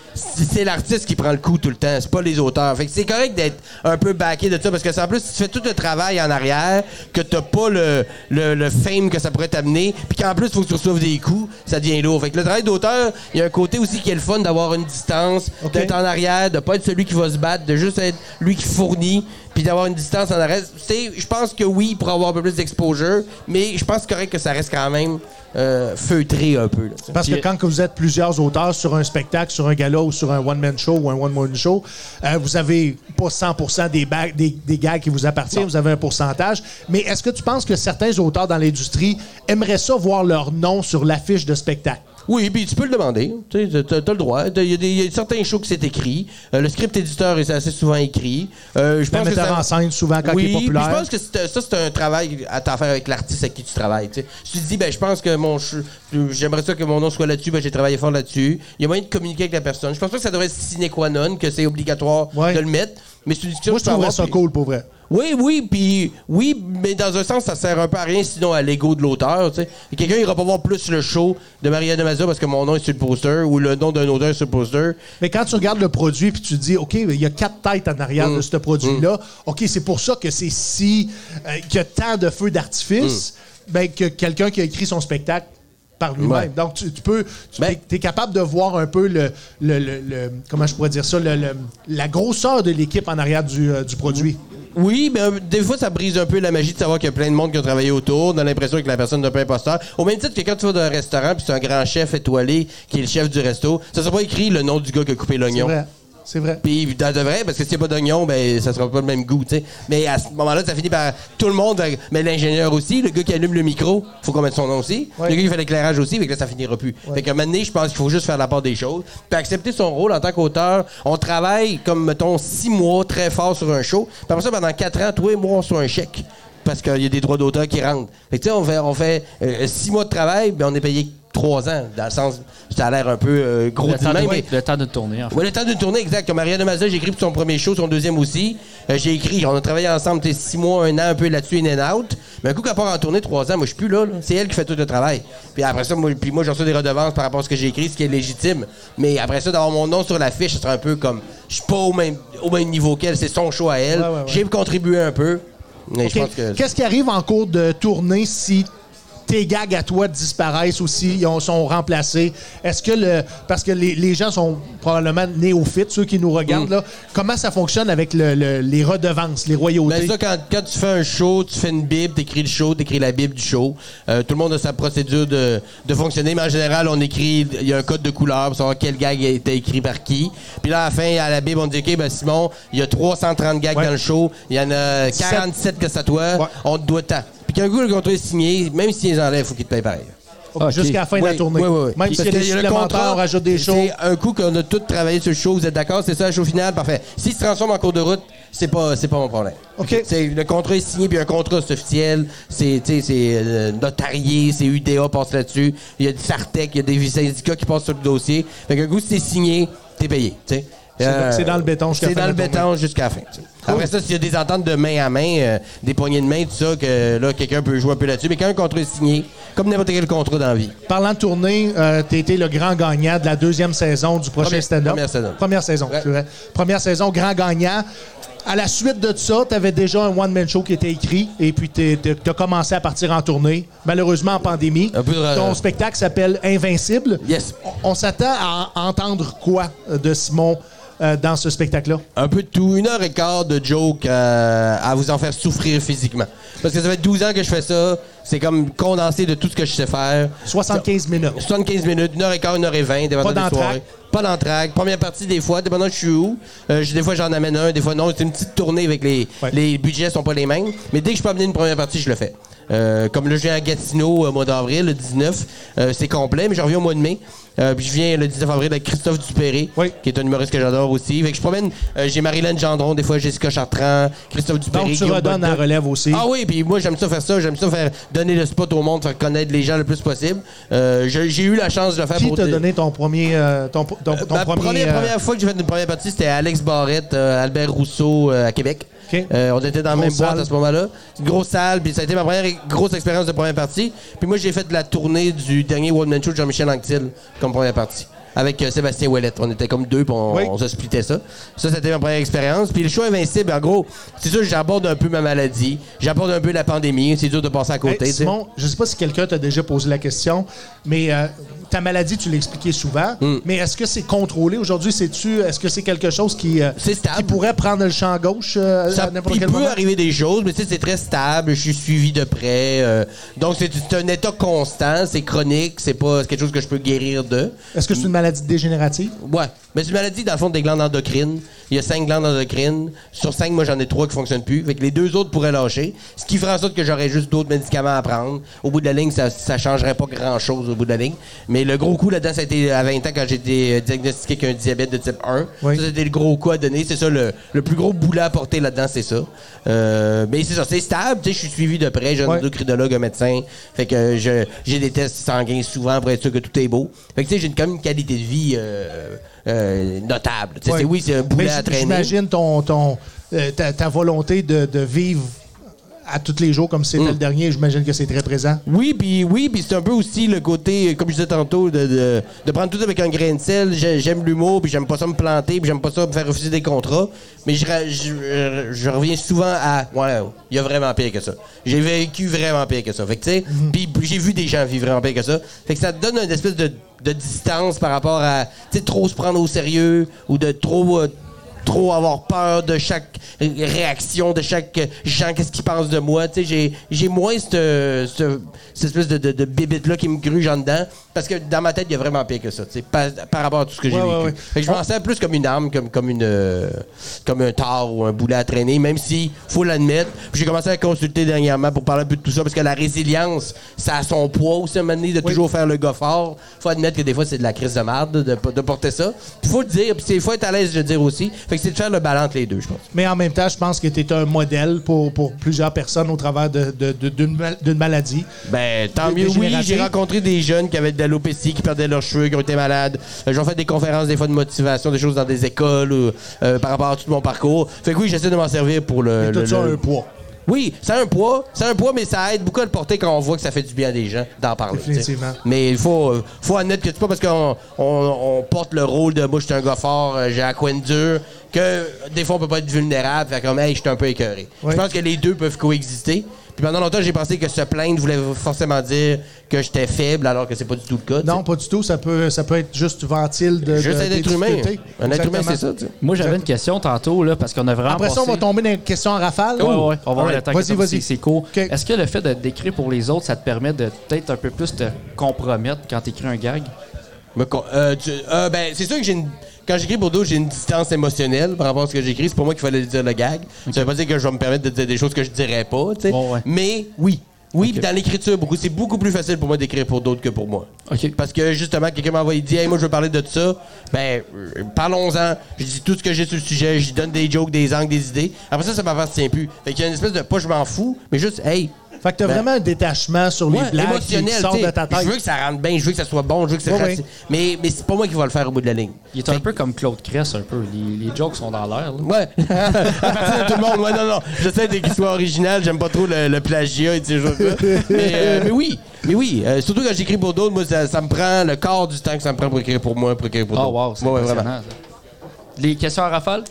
c'est l'artiste qui prend le coup tout le temps, c'est pas les auteurs. Fait que c'est correct d'être un peu backé de ça, parce que c'est en plus, tu fais tout le travail en arrière, que t'as pas le, le, le fame que ça pourrait t'amener, puis qu'en plus, faut que tu reçoives des coups, ça devient lourd. Fait que le travail d'auteur, il y a un côté aussi qui est le fun d'avoir une distance, Ok. d'être en arrière, de pas être celui qui va se battre, de juste être lui qui fournit, puis d'avoir une distance en arrière. Tu sais, je pense que oui, pour avoir un peu plus d'exposure, mais je pense que c'est correct que ça reste quand même euh, feutré un peu. là, tu sais. Parce que quand que vous êtes plusieurs auteurs sur un spectacle, sur un gala ou sur un one-man show ou un one-woman show, euh, vous avez pas 100 des, ba- des, des gags qui vous appartiennent, vous avez un pourcentage. Mais est-ce que tu penses que certains auteurs dans l'industrie aimeraient ça voir leur nom sur l'affiche de spectacle? Oui, puis tu peux le demander. Tu as, le droit. Il y, a des- y a certains shows que c'est écrit. Euh, le script éditeur est assez souvent écrit. Euh, je Le pense que metteur ça- en scène, souvent, quand il oui, est puis populaire. je pense que c'est- euh, ça, c'est un travail à t'en faire avec l'artiste avec qui tu travailles. tu sais. Si tu te dis, ben, je pense que mon ch- j'aimerais ça que mon nom soit là-dessus, ben, j'ai travaillé fort là-dessus. Il y a moyen de communiquer avec la personne. Je pense pas que ça devrait être sine qua non, que c'est obligatoire Ouais. de le mettre. Mais c'est une discussion Moi, que je tu peux trouverais avoir, ça puis- cool, pour vrai. oui, oui, puis oui, mais dans un sens, ça sert un peu à rien sinon à l'ego de l'auteur. tu sais. Et Quelqu'un ira pas voir plus le show de Marianne Mazza parce que mon nom est sur le poster ou le nom d'un auteur est sur le poster. Mais quand tu regardes le produit puis tu dis, OK, il y a quatre têtes en arrière Mm. de ce produit-là, OK, c'est pour ça que c'est si. euh, qu'il y a tant de feux d'artifice, ben, que quelqu'un qui a écrit son spectacle par lui-même. Mm. Ouais. Donc, tu, tu peux. Tu Ben- es capable de voir un peu le. le- le- le- comment je pourrais dire ça? le- le- la grosseur de l'équipe en arrière du, euh, du produit. Oui, mais euh, des fois, ça brise un peu la magie de savoir qu'il y a plein de monde qui a travaillé autour. On a l'impression que la personne n'est pas imposteur. Au même titre que quand tu vas dans un restaurant puis c'est un grand chef étoilé qui est le chef du resto, ça sera pas écrit le nom du gars qui a coupé l'oignon. C'est vrai. C'est vrai. Puis de, de vrai, parce que s'il n'y a pas d'oignon, ben, ça sera pas le même goût, tu sais. Mais à ce moment-là, ça finit par tout le monde, mais l'ingénieur aussi, le gars qui allume le micro, faut qu'on mette son nom aussi. Ouais. Le gars qui fait l'éclairage aussi, fait que là, ça finira plus. Fait qu'à un moment donné, je pense qu'il faut juste faire la part des choses, puis accepter son rôle en tant qu'auteur. On travaille, comme, mettons, six mois très fort sur un show, puis après ça, pendant quatre ans, toi et moi, on reçoit un chèque. Parce qu'il y a des droits d'auteur qui rentrent. Fait que, tu sais, on fait, on fait euh, six mois de travail, puis on est payé trois ans. Dans le sens, ça a l'air un peu euh, gros Le de temps, même, de, mais- le temps de tourner, en fait. oui, le temps d'une tournée, exact. Comme Ariane Mazda, j'ai écrit pour son premier show, son deuxième aussi. Euh, j'ai écrit, on a travaillé ensemble t'sais, six mois, un an, un peu là-dessus, in and out. Mais un coup qu'elle part en tournée, trois ans, moi, je suis plus là. là. C'est elle qui fait tout le travail. Puis après ça, moi, puis moi je reçois des redevances par rapport à ce que j'ai écrit, ce qui est légitime. Mais après ça, d'avoir mon nom sur la fiche, ce serait un peu comme, je suis pas au même, au même niveau qu'elle, c'est son show à elle. Ouais, ouais, ouais. J'ai contribué un peu. Mais je Ok. pense que. Qu'est-ce qui arrive en cours de tournée si tes gags à toi disparaissent ou s'ils ont- sont remplacés? Est-ce que le. Parce que les, les gens sont probablement néophytes, ceux qui nous regardent, Mm. là. Comment ça fonctionne avec le- le- les redevances, les Ben, royautés? ça, quand, quand tu fais un show, tu fais une Bible, t'écris le show, t'écris la Bible du show. Euh, tout le monde a sa procédure de, de fonctionner, mais en général, on écrit, il y a un code de couleur pour savoir quel gag a été écrit par qui. Puis là, à la fin, à la Bible, on dit, OK, ben Simon, il y a 330 gags Ouais. dans le show, il y en a 47 que ça toi, Ouais. on te doit tant. Puis qu'un coup, le contrat est signé, même s'il les enlève, il faut qu'il te paye pareil. Ok. Jusqu'à la fin de la Oui, tournée. oui, oui. Même Parce s'il y a que des le supplémentaires, contrat, on rajoute des choses. C'est un coup qu'on a tous travaillé sur le show, vous êtes d'accord, c'est ça le show final, parfait. S'il se transforme en cours de route, c'est pas, c'est pas mon problème. OK. C'est, le contrat est signé, puis un contrat c'est officiel, c'est, tu sais, c'est euh, notarié, c'est UDA passe là-dessus, il y a du Sartec, il y a des syndicats qui passent sur le dossier. Fait qu'un coup, si c'est signé, t'es payé, tu sais. Euh, C'est- c'est dans le béton jusqu'à C'est la fin dans le de la béton jusqu'à la fin. tu sais. Après ça, s'il y a des ententes de main à main, euh, des poignées de main, tout ça, que là, quelqu'un peut jouer un peu là-dessus. Mais quand un contrat est signé, comme n'importe quel contrat dans la vie, Parlant de tournée, euh, t'as été le grand gagnant de la deuxième saison du prochain Première- stand-up. première saison. Première saison, Ouais. c'est vrai. Première saison, grand gagnant. À la suite de ça, t'avais déjà un one-man show qui était écrit et puis t'es- t'es- t'as commencé à partir en tournée, malheureusement en pandémie. Un peu de- Ton spectacle s'appelle Invincible. Yes. On, on s'attend à en- entendre quoi euh, de Simon euh, dans ce spectacle-là? un peu de tout, une heure et quart de joke euh, à vous en faire souffrir physiquement. Parce que ça fait 12 ans que je fais ça. C'est comme condensé de tout ce que je sais faire. 75 minutes. 75 minutes, une heure et quart, une heure et vingt, dépendant Pas des d'entraque. soirées. Pas d'entraque. Première partie des fois, dépendant de je suis où. Euh, je- des fois j'en amène un, des fois non. C'est une petite tournée avec les Ouais. les budgets sont pas les mêmes. Mais dès que je peux amener une première partie, je le fais. Euh, comme là, je viens à Gatineau euh, au mois d'avril, le 19. Euh, c'est complet, mais je reviens au mois de mai. Euh, puis je viens le 19 avril avec Christophe Dupéré, Oui. qui est un humoriste que j'adore aussi. Fait que je promène, euh, j'ai Marilyn Gendron, des fois Jessica Chartrand, Christophe Dupéré. Donc, tu Guillaume redonnes Botton. la relève aussi. Ah oui, puis moi j'aime ça faire ça, j'aime ça faire donner le spot au monde, faire connaître les gens le plus possible. Euh, je- j'ai eu la chance de le faire Qui pour t'a donné ton premier... euh, ton, ton- ton Ma premier, première, euh, première fois que j'ai fait une première partie, c'était Alex Barrette, euh, Albert Rousseau euh, à Québec. OK. Euh, on était dans la Grosse même boîte salle. à ce moment-là. Une grosse salle, puis ça a été ma première grosse expérience de première partie. Puis moi, j'ai fait de la tournée du dernier One Man Show de Jean-Michel Anctil comme première partie. Avec euh, Sébastien Ouellette. On était comme deux, puis on, Oui. on se splittait ça. Ça, c'était ma première expérience. Puis le show Invincible, en gros, c'est sûr, j'aborde un peu ma maladie. J'aborde un peu la pandémie. C'est dur de passer à côté. Hey, tu sais. Simon, je sais pas si quelqu'un t'a déjà posé la question, mais euh, ta maladie, tu l'expliquais souvent. Mm. Mais est-ce que c'est contrôlé aujourd'hui? C'est-tu, est-ce que c'est quelque chose qui, euh, C'est stable. qui pourrait prendre le champ gauche euh, Ça, à n'importe il quel peut moment? arriver des choses, mais tu sais, c'est très stable. Je suis suivi de près. euh, donc, c'est c'est un état constant. C'est chronique. C'est pas quelque chose que je peux guérir de. Est-ce que c'est une maladie dégénérative? Ouais. Mais c'est une maladie, dans le fond, des glandes endocrines. Il y a cinq glandes endocrines. Sur cinq, moi, j'en ai trois qui fonctionnent plus. Fait que les deux autres pourraient lâcher. Ce qui ferait en sorte que j'aurais juste d'autres médicaments à prendre. Au bout de la ligne, ça, ça changerait pas grand-chose au bout de la ligne. Mais le gros coup là-dedans, ça a été à 20 ans quand j'ai été euh, diagnostiqué avec un diabète de type 1. Oui. Ça, c'était le gros coup à donner. C'est ça, le, le plus gros boulet à porter là-dedans, c'est ça. Euh, mais c'est ça, c'est stable. Tu sais, je suis suivi de près. J'ai un Ouais. endocrinologue, un médecin. Fait que euh, je- j'ai des tests sanguins souvent pour être sûr que tout est beau. Fait que tu sais, j'ai une- quand même une qualité de vie euh, euh, notable. Tu sais, Ouais. c'est- Oui, c'est un boulet Mais à j- traîner. J'imagine ton, ton, euh, ta, ta volonté de, de vivre à tous les jours comme si Mm. c'était le dernier. J'imagine que c'est très présent. Oui, puis oui, puis c'est un peu aussi le côté, euh, comme je disais tantôt, de, de, de prendre tout avec un grain de sel. J'ai- J'aime l'humour, puis j'aime pas ça me planter, puis j'aime pas ça me faire refuser des contrats. Mais je, ra- je, euh, je reviens souvent à, ouais, il y a vraiment pire que ça. J'ai vécu vraiment pire que ça. Fait que tu sais, puis j'ai vu des gens vivre vraiment pire que ça. Fait que ça te donne une espèce de, de distance par rapport à, tu sais, trop se prendre au sérieux ou de trop euh, trop avoir peur de chaque réaction, de chaque euh, gens, qu'est-ce qu'ils pensent de moi. Tu sais, j'ai, j'ai moins cette, euh, ce- cette espèce de, de, de bibite-là qui me gruge en dedans. Parce que dans ma tête, il y a vraiment pire que ça, tu sais, par, par rapport à tout ce que j'ai Ouais, vécu. ouais, ouais. Fait que je m'en sers plus comme une arme, comme, comme, une, euh, comme un tard ou un boulet à traîner, même si, faut l'admettre, puis j'ai commencé à consulter dernièrement pour parler un peu de tout ça, parce que la résilience, ça a son poids aussi, à un moment donné, de toujours faire le gars fort. faut admettre que des fois, c'est de la crise de marde de, de porter ça. Puis faut le dire, puis il faut être à l'aise de le dire aussi. Fait que c'est de faire le balance entre les deux, je pense. Mais en même temps, je pense que tu es un modèle pour, pour plusieurs personnes au travers de- de- de- d'une mal- d'une maladie. Ben, tant Des- des mieux, oui. générations. J'ai rencontré des jeunes qui avaient de l'alopécie, qui perdaient leurs cheveux, qui ont été malades. Euh, J'en fais des conférences, des fois de motivation, des choses dans des écoles ou, euh, par rapport à tout mon parcours. Fait que oui, j'essaie de m'en servir pour le. Et tout le- ça a le- un poids. Oui, c'est un poids, c'est un poids, mais ça aide beaucoup à le porter quand on voit que ça fait du bien à des gens d'en parler. Définitivement. t'sais. Mais il faut, euh, faut admettre que c'est pas parce qu'on on- on porte le rôle de moi, je suis un gars fort, euh, j'ai la couenne dure, que des fois on peut pas être vulnérable, fait comme, hey, je suis un peu écœuré. Ouais. Je pense que les deux peuvent coexister. Puis pendant longtemps, j'ai pensé que se plaindre voulait forcément dire que j'étais faible, alors que c'est pas du tout le cas. t'sais. Non, pas du tout. Ça peut, ça peut être juste ventile de. Juste de- un des être humain. difficultés. Un être humain, Exactement. c'est ça. t'sais. Moi, j'avais une question tantôt, là, parce qu'on a vraiment. Après ça, on passé- va tomber dans une question en rafale. Ouais, ouais, on va voir Alright. le temps que Vas-y, ça, parce que vas-y. C'est court. OK. Est-ce que le fait de d'écrire pour les autres, ça te permet de peut-être un peu plus te compromettre quand tu écris un gag? Me con- euh, tu- euh, ben, c'est sûr que j'ai une. Quand j'écris pour d'autres, j'ai une distance émotionnelle par rapport à ce que j'écris. C'est pour moi qu'il fallait dire le gag. Ça veut pas dire que je vais me permettre de dire des choses que je dirais pas, tu sais. Bon, ouais. Mais oui. Oui, puis dans l'écriture, beaucoup, c'est beaucoup plus facile pour moi d'écrire pour d'autres que pour moi. OK. Parce que justement, quelqu'un m'envoie, il dit, hey, moi, je veux parler de ça. Ben, euh, parlons-en. Je dis tout ce que j'ai sur le sujet. Je donne des jokes, des angles, des idées. Après ça, ça m'appartient plus. Fait qu'il y a une espèce de pas, je m'en fous, mais juste, hey, Fait que t'as Ben, vraiment un détachement sur les Ouais, blagues qui émotionnel, sortent t'sais. de ta tête. Je veux que ça rentre bien, je veux que ça soit bon, je veux que ça Ouais, rate- ouais. Mais, mais c'est pas moi qui va le faire au bout de la ligne. Il Ben est un peu comme Claude Cress, un peu. Les, les jokes sont dans l'air. là. Ouais. à partir de tout le monde, ouais, non, non. J'essaie de- qu'il soit original, j'aime pas trop le, le plagiat et ces choses-là. Mais, euh, mais oui, mais oui. Euh, surtout quand j'écris pour d'autres, moi, ça, ça me prend le quart du temps que ça me prend pour écrire pour moi, pour écrire pour Oh, Ah, d'autres. wow, c'est Ouais, ouais, impressionnant, vraiment. ça. Les questions à rafale?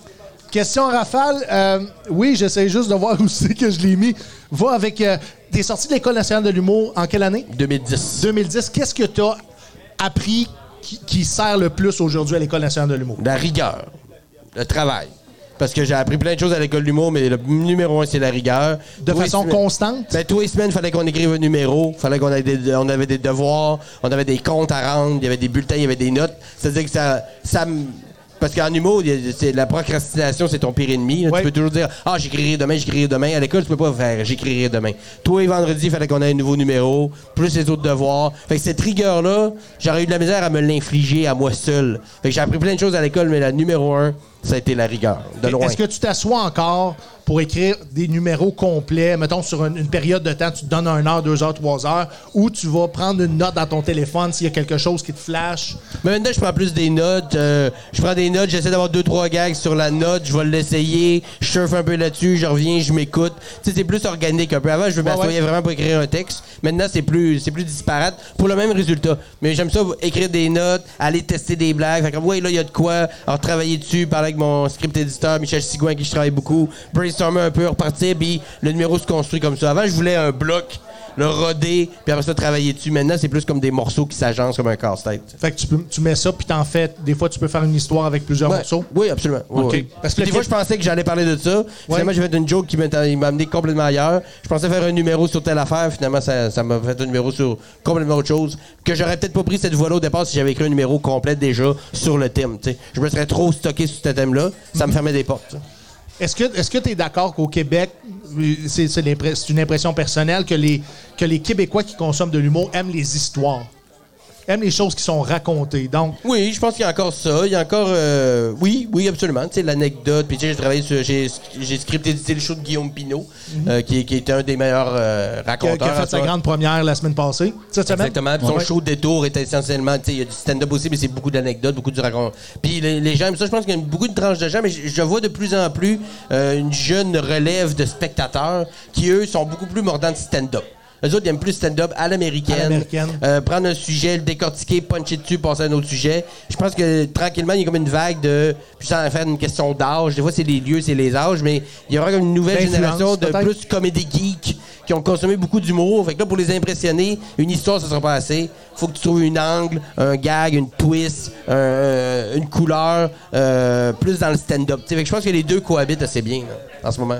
Question en rafale. euh, oui, j'essaie juste de voir où c'est que je l'ai mis. Va avec. euh, T'es sorti de l'École nationale de l'humour en quelle année? 2010. 2010. Qu'est-ce que t'as appris qui, qui sert le plus aujourd'hui à l'École nationale de l'humour? La rigueur. Le travail. Parce que j'ai appris plein de choses à l'école de l'humour, mais le numéro un, c'est la rigueur. De Oui, façon c'est- constante? Ben, tous les semaines, il fallait qu'on écrive un numéro, fallait qu'on ait des- on avait des devoirs, on avait des comptes à rendre, il y avait des bulletins, il y avait des notes. C'est-à-dire que ça. ça m- parce qu'en humour, il y a- c'est- la procrastination, c'est ton pire ennemi. là. Ouais. Tu peux toujours dire Ah, j'écrirai demain, j'écrirai demain. À l'école, tu peux pas faire j'écrirai demain. Tous les vendredis, il fallait qu'on ait un nouveau numéro, plus les autres devoirs. Fait que cette rigueur-là, j'aurais eu de la misère à me l'infliger à moi seul. Fait que j'ai appris plein de choses à l'école, mais la numéro un, ça a été la rigueur. De loin. Est-ce que tu t'assois encore pour écrire des numéros complets, mettons sur une, une période de temps, tu te donnes un heure, deux heures, trois heures, ou tu vas prendre une note dans ton téléphone s'il y a quelque chose qui te flash? Mais maintenant, je prends plus des notes. euh, je prends des notes, j'essaie d'avoir deux, trois gags sur la note. Je vais l'essayer. Je surfe un peu là-dessus. Je reviens, je m'écoute. Tu sais, c'est plus organique un peu. Avant, je m'assoyais vraiment pour écrire un texte. Maintenant, c'est plus, c'est plus disparate pour le même résultat. Mais j'aime ça, écrire des notes, aller tester des blagues. Fait comme, ouais, là, il y a de quoi. Alors, travailler dessus, parler avec mon script éditeur, Michel Sigouin, avec qui je travaille beaucoup. Brainstormer un peu, repartir, puis le numéro se construit comme ça. Avant, je voulais un bloc. Le roder, puis après ça, travailler dessus. Maintenant, c'est plus comme des morceaux qui s'agencent comme un casse-tête. Fait que tu, peux- tu mets ça, puis t'en fais. Des fois, tu peux faire une histoire avec plusieurs Ouais. morceaux. Oui, absolument. Oui, Ok. oui. Parce Parce que que le- des fois, je pensais que j'allais parler de ça. Finalement, j'ai fait une joke qui m'éta- il m'a amené complètement ailleurs. Je pensais faire un numéro sur telle affaire. Finalement, ça ça m'a fait un numéro sur complètement autre chose. Que j'aurais peut-être pas pris cette voie-là au départ si j'avais écrit un numéro complet déjà sur le thème. tu sais. Je me serais trop stocké sur ce thème-là. Ça me fermait des portes. ça. Est-ce que est-ce que tu es d'accord qu'au Québec, euh, c'est c'est l'impre- c'est une impression personnelle que les que les Québécois qui consomment de l'humour aiment les histoires, aiment les choses qui sont racontées. Donc Oui, je pense qu'il y a encore ça. Il y a encore. euh, oui, oui, absolument. Tu sais, l'anecdote. Puis, tu sais, j'ai travaillé sur. J'ai, j'ai script édité le show de Guillaume Pinault, euh, qui, qui était un des meilleurs euh, qui a, raconteurs. qui a à fait ce sa moment- grande première la semaine passée, cette semaine. Exactement. Puis Son Ouais. show détour est essentiellement, tu sais, il y a du stand-up aussi, mais c'est beaucoup d'anecdotes, beaucoup de racontes. Puis les, les gens aiment ça. Je pense qu'il y a beaucoup de tranches de gens, mais je, je vois de plus en plus euh, une jeune relève de spectateurs qui, eux, sont beaucoup plus mordants de stand-up. Eux autres, ils aiment plus stand-up à À l'américaine. l'américaine. Euh, prendre un sujet, le décortiquer, puncher dessus, passer à un autre sujet. Je pense que tranquillement, il y a comme une vague de. Puis sans faire une question d'âge. Des fois, c'est les lieux, c'est les âges, mais il y aura comme une nouvelle D'influence, génération de peut-être. plus plus comédie geeks qui ont consommé beaucoup d'humour. Fait que là, pour les impressionner, une histoire, ce sera pas assez. Faut que tu trouves une angle, un gag, une twist, un, euh, une couleur, euh, plus dans le stand-up. Tu sais, Fait que je pense que les deux cohabitent assez bien là, en ce moment.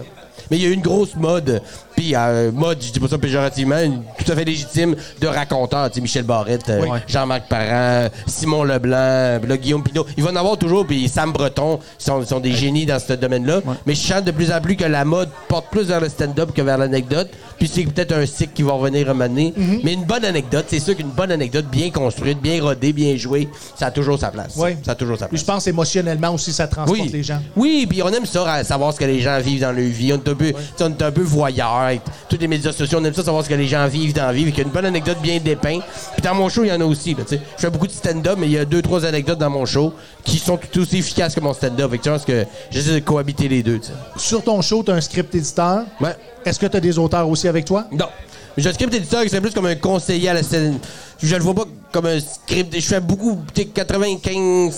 Mais il y a eu une grosse mode, puis euh, mode, je dis pas ça péjorativement, une- tout à fait légitime, de raconteurs. Tu sais, Michel Barrette, euh, Jean-Marc Parent, Simon Leblanc, euh, là, Guillaume Pinault. Il va en avoir toujours, puis Sam Breton, ils sont, ils sont des génies dans ce domaine-là. Mais je sens de plus en plus que la mode porte plus vers le stand-up que vers l'anecdote. Puis c'est peut-être un cycle qui va revenir un moment donné. Mais une bonne anecdote, c'est sûr qu'une bonne anecdote bien construite, bien rodée, bien jouée, ça a toujours sa place. Oui. Ça a toujours sa place. Puis je pense émotionnellement aussi, ça transporte Oui. les gens. Oui, puis on aime ça, ra- savoir ce que les gens vivent dans leur vie. On est un peu, tu sais, on est un peu voyeur. avec Tous les médias sociaux, on aime ça, savoir ce que les gens vivent dans la vie. Avec une bonne anecdote bien dépeinte. Puis dans mon show, il y en a aussi. là, tu sais. Je fais beaucoup de stand-up, mais il y a deux, trois anecdotes dans mon show qui sont tout aussi efficaces que mon stand-up. Fait que tu vois, parce que j'essaie de cohabiter les deux. tu sais. Sur ton show, tu as un script éditeur. Ouais. Est-ce que tu as des auteurs aussi avec toi? Non. Je script éditeur, c'est plus comme un conseiller à la scène. Je le vois pas comme un script. Je fais beaucoup, tu sais, 95,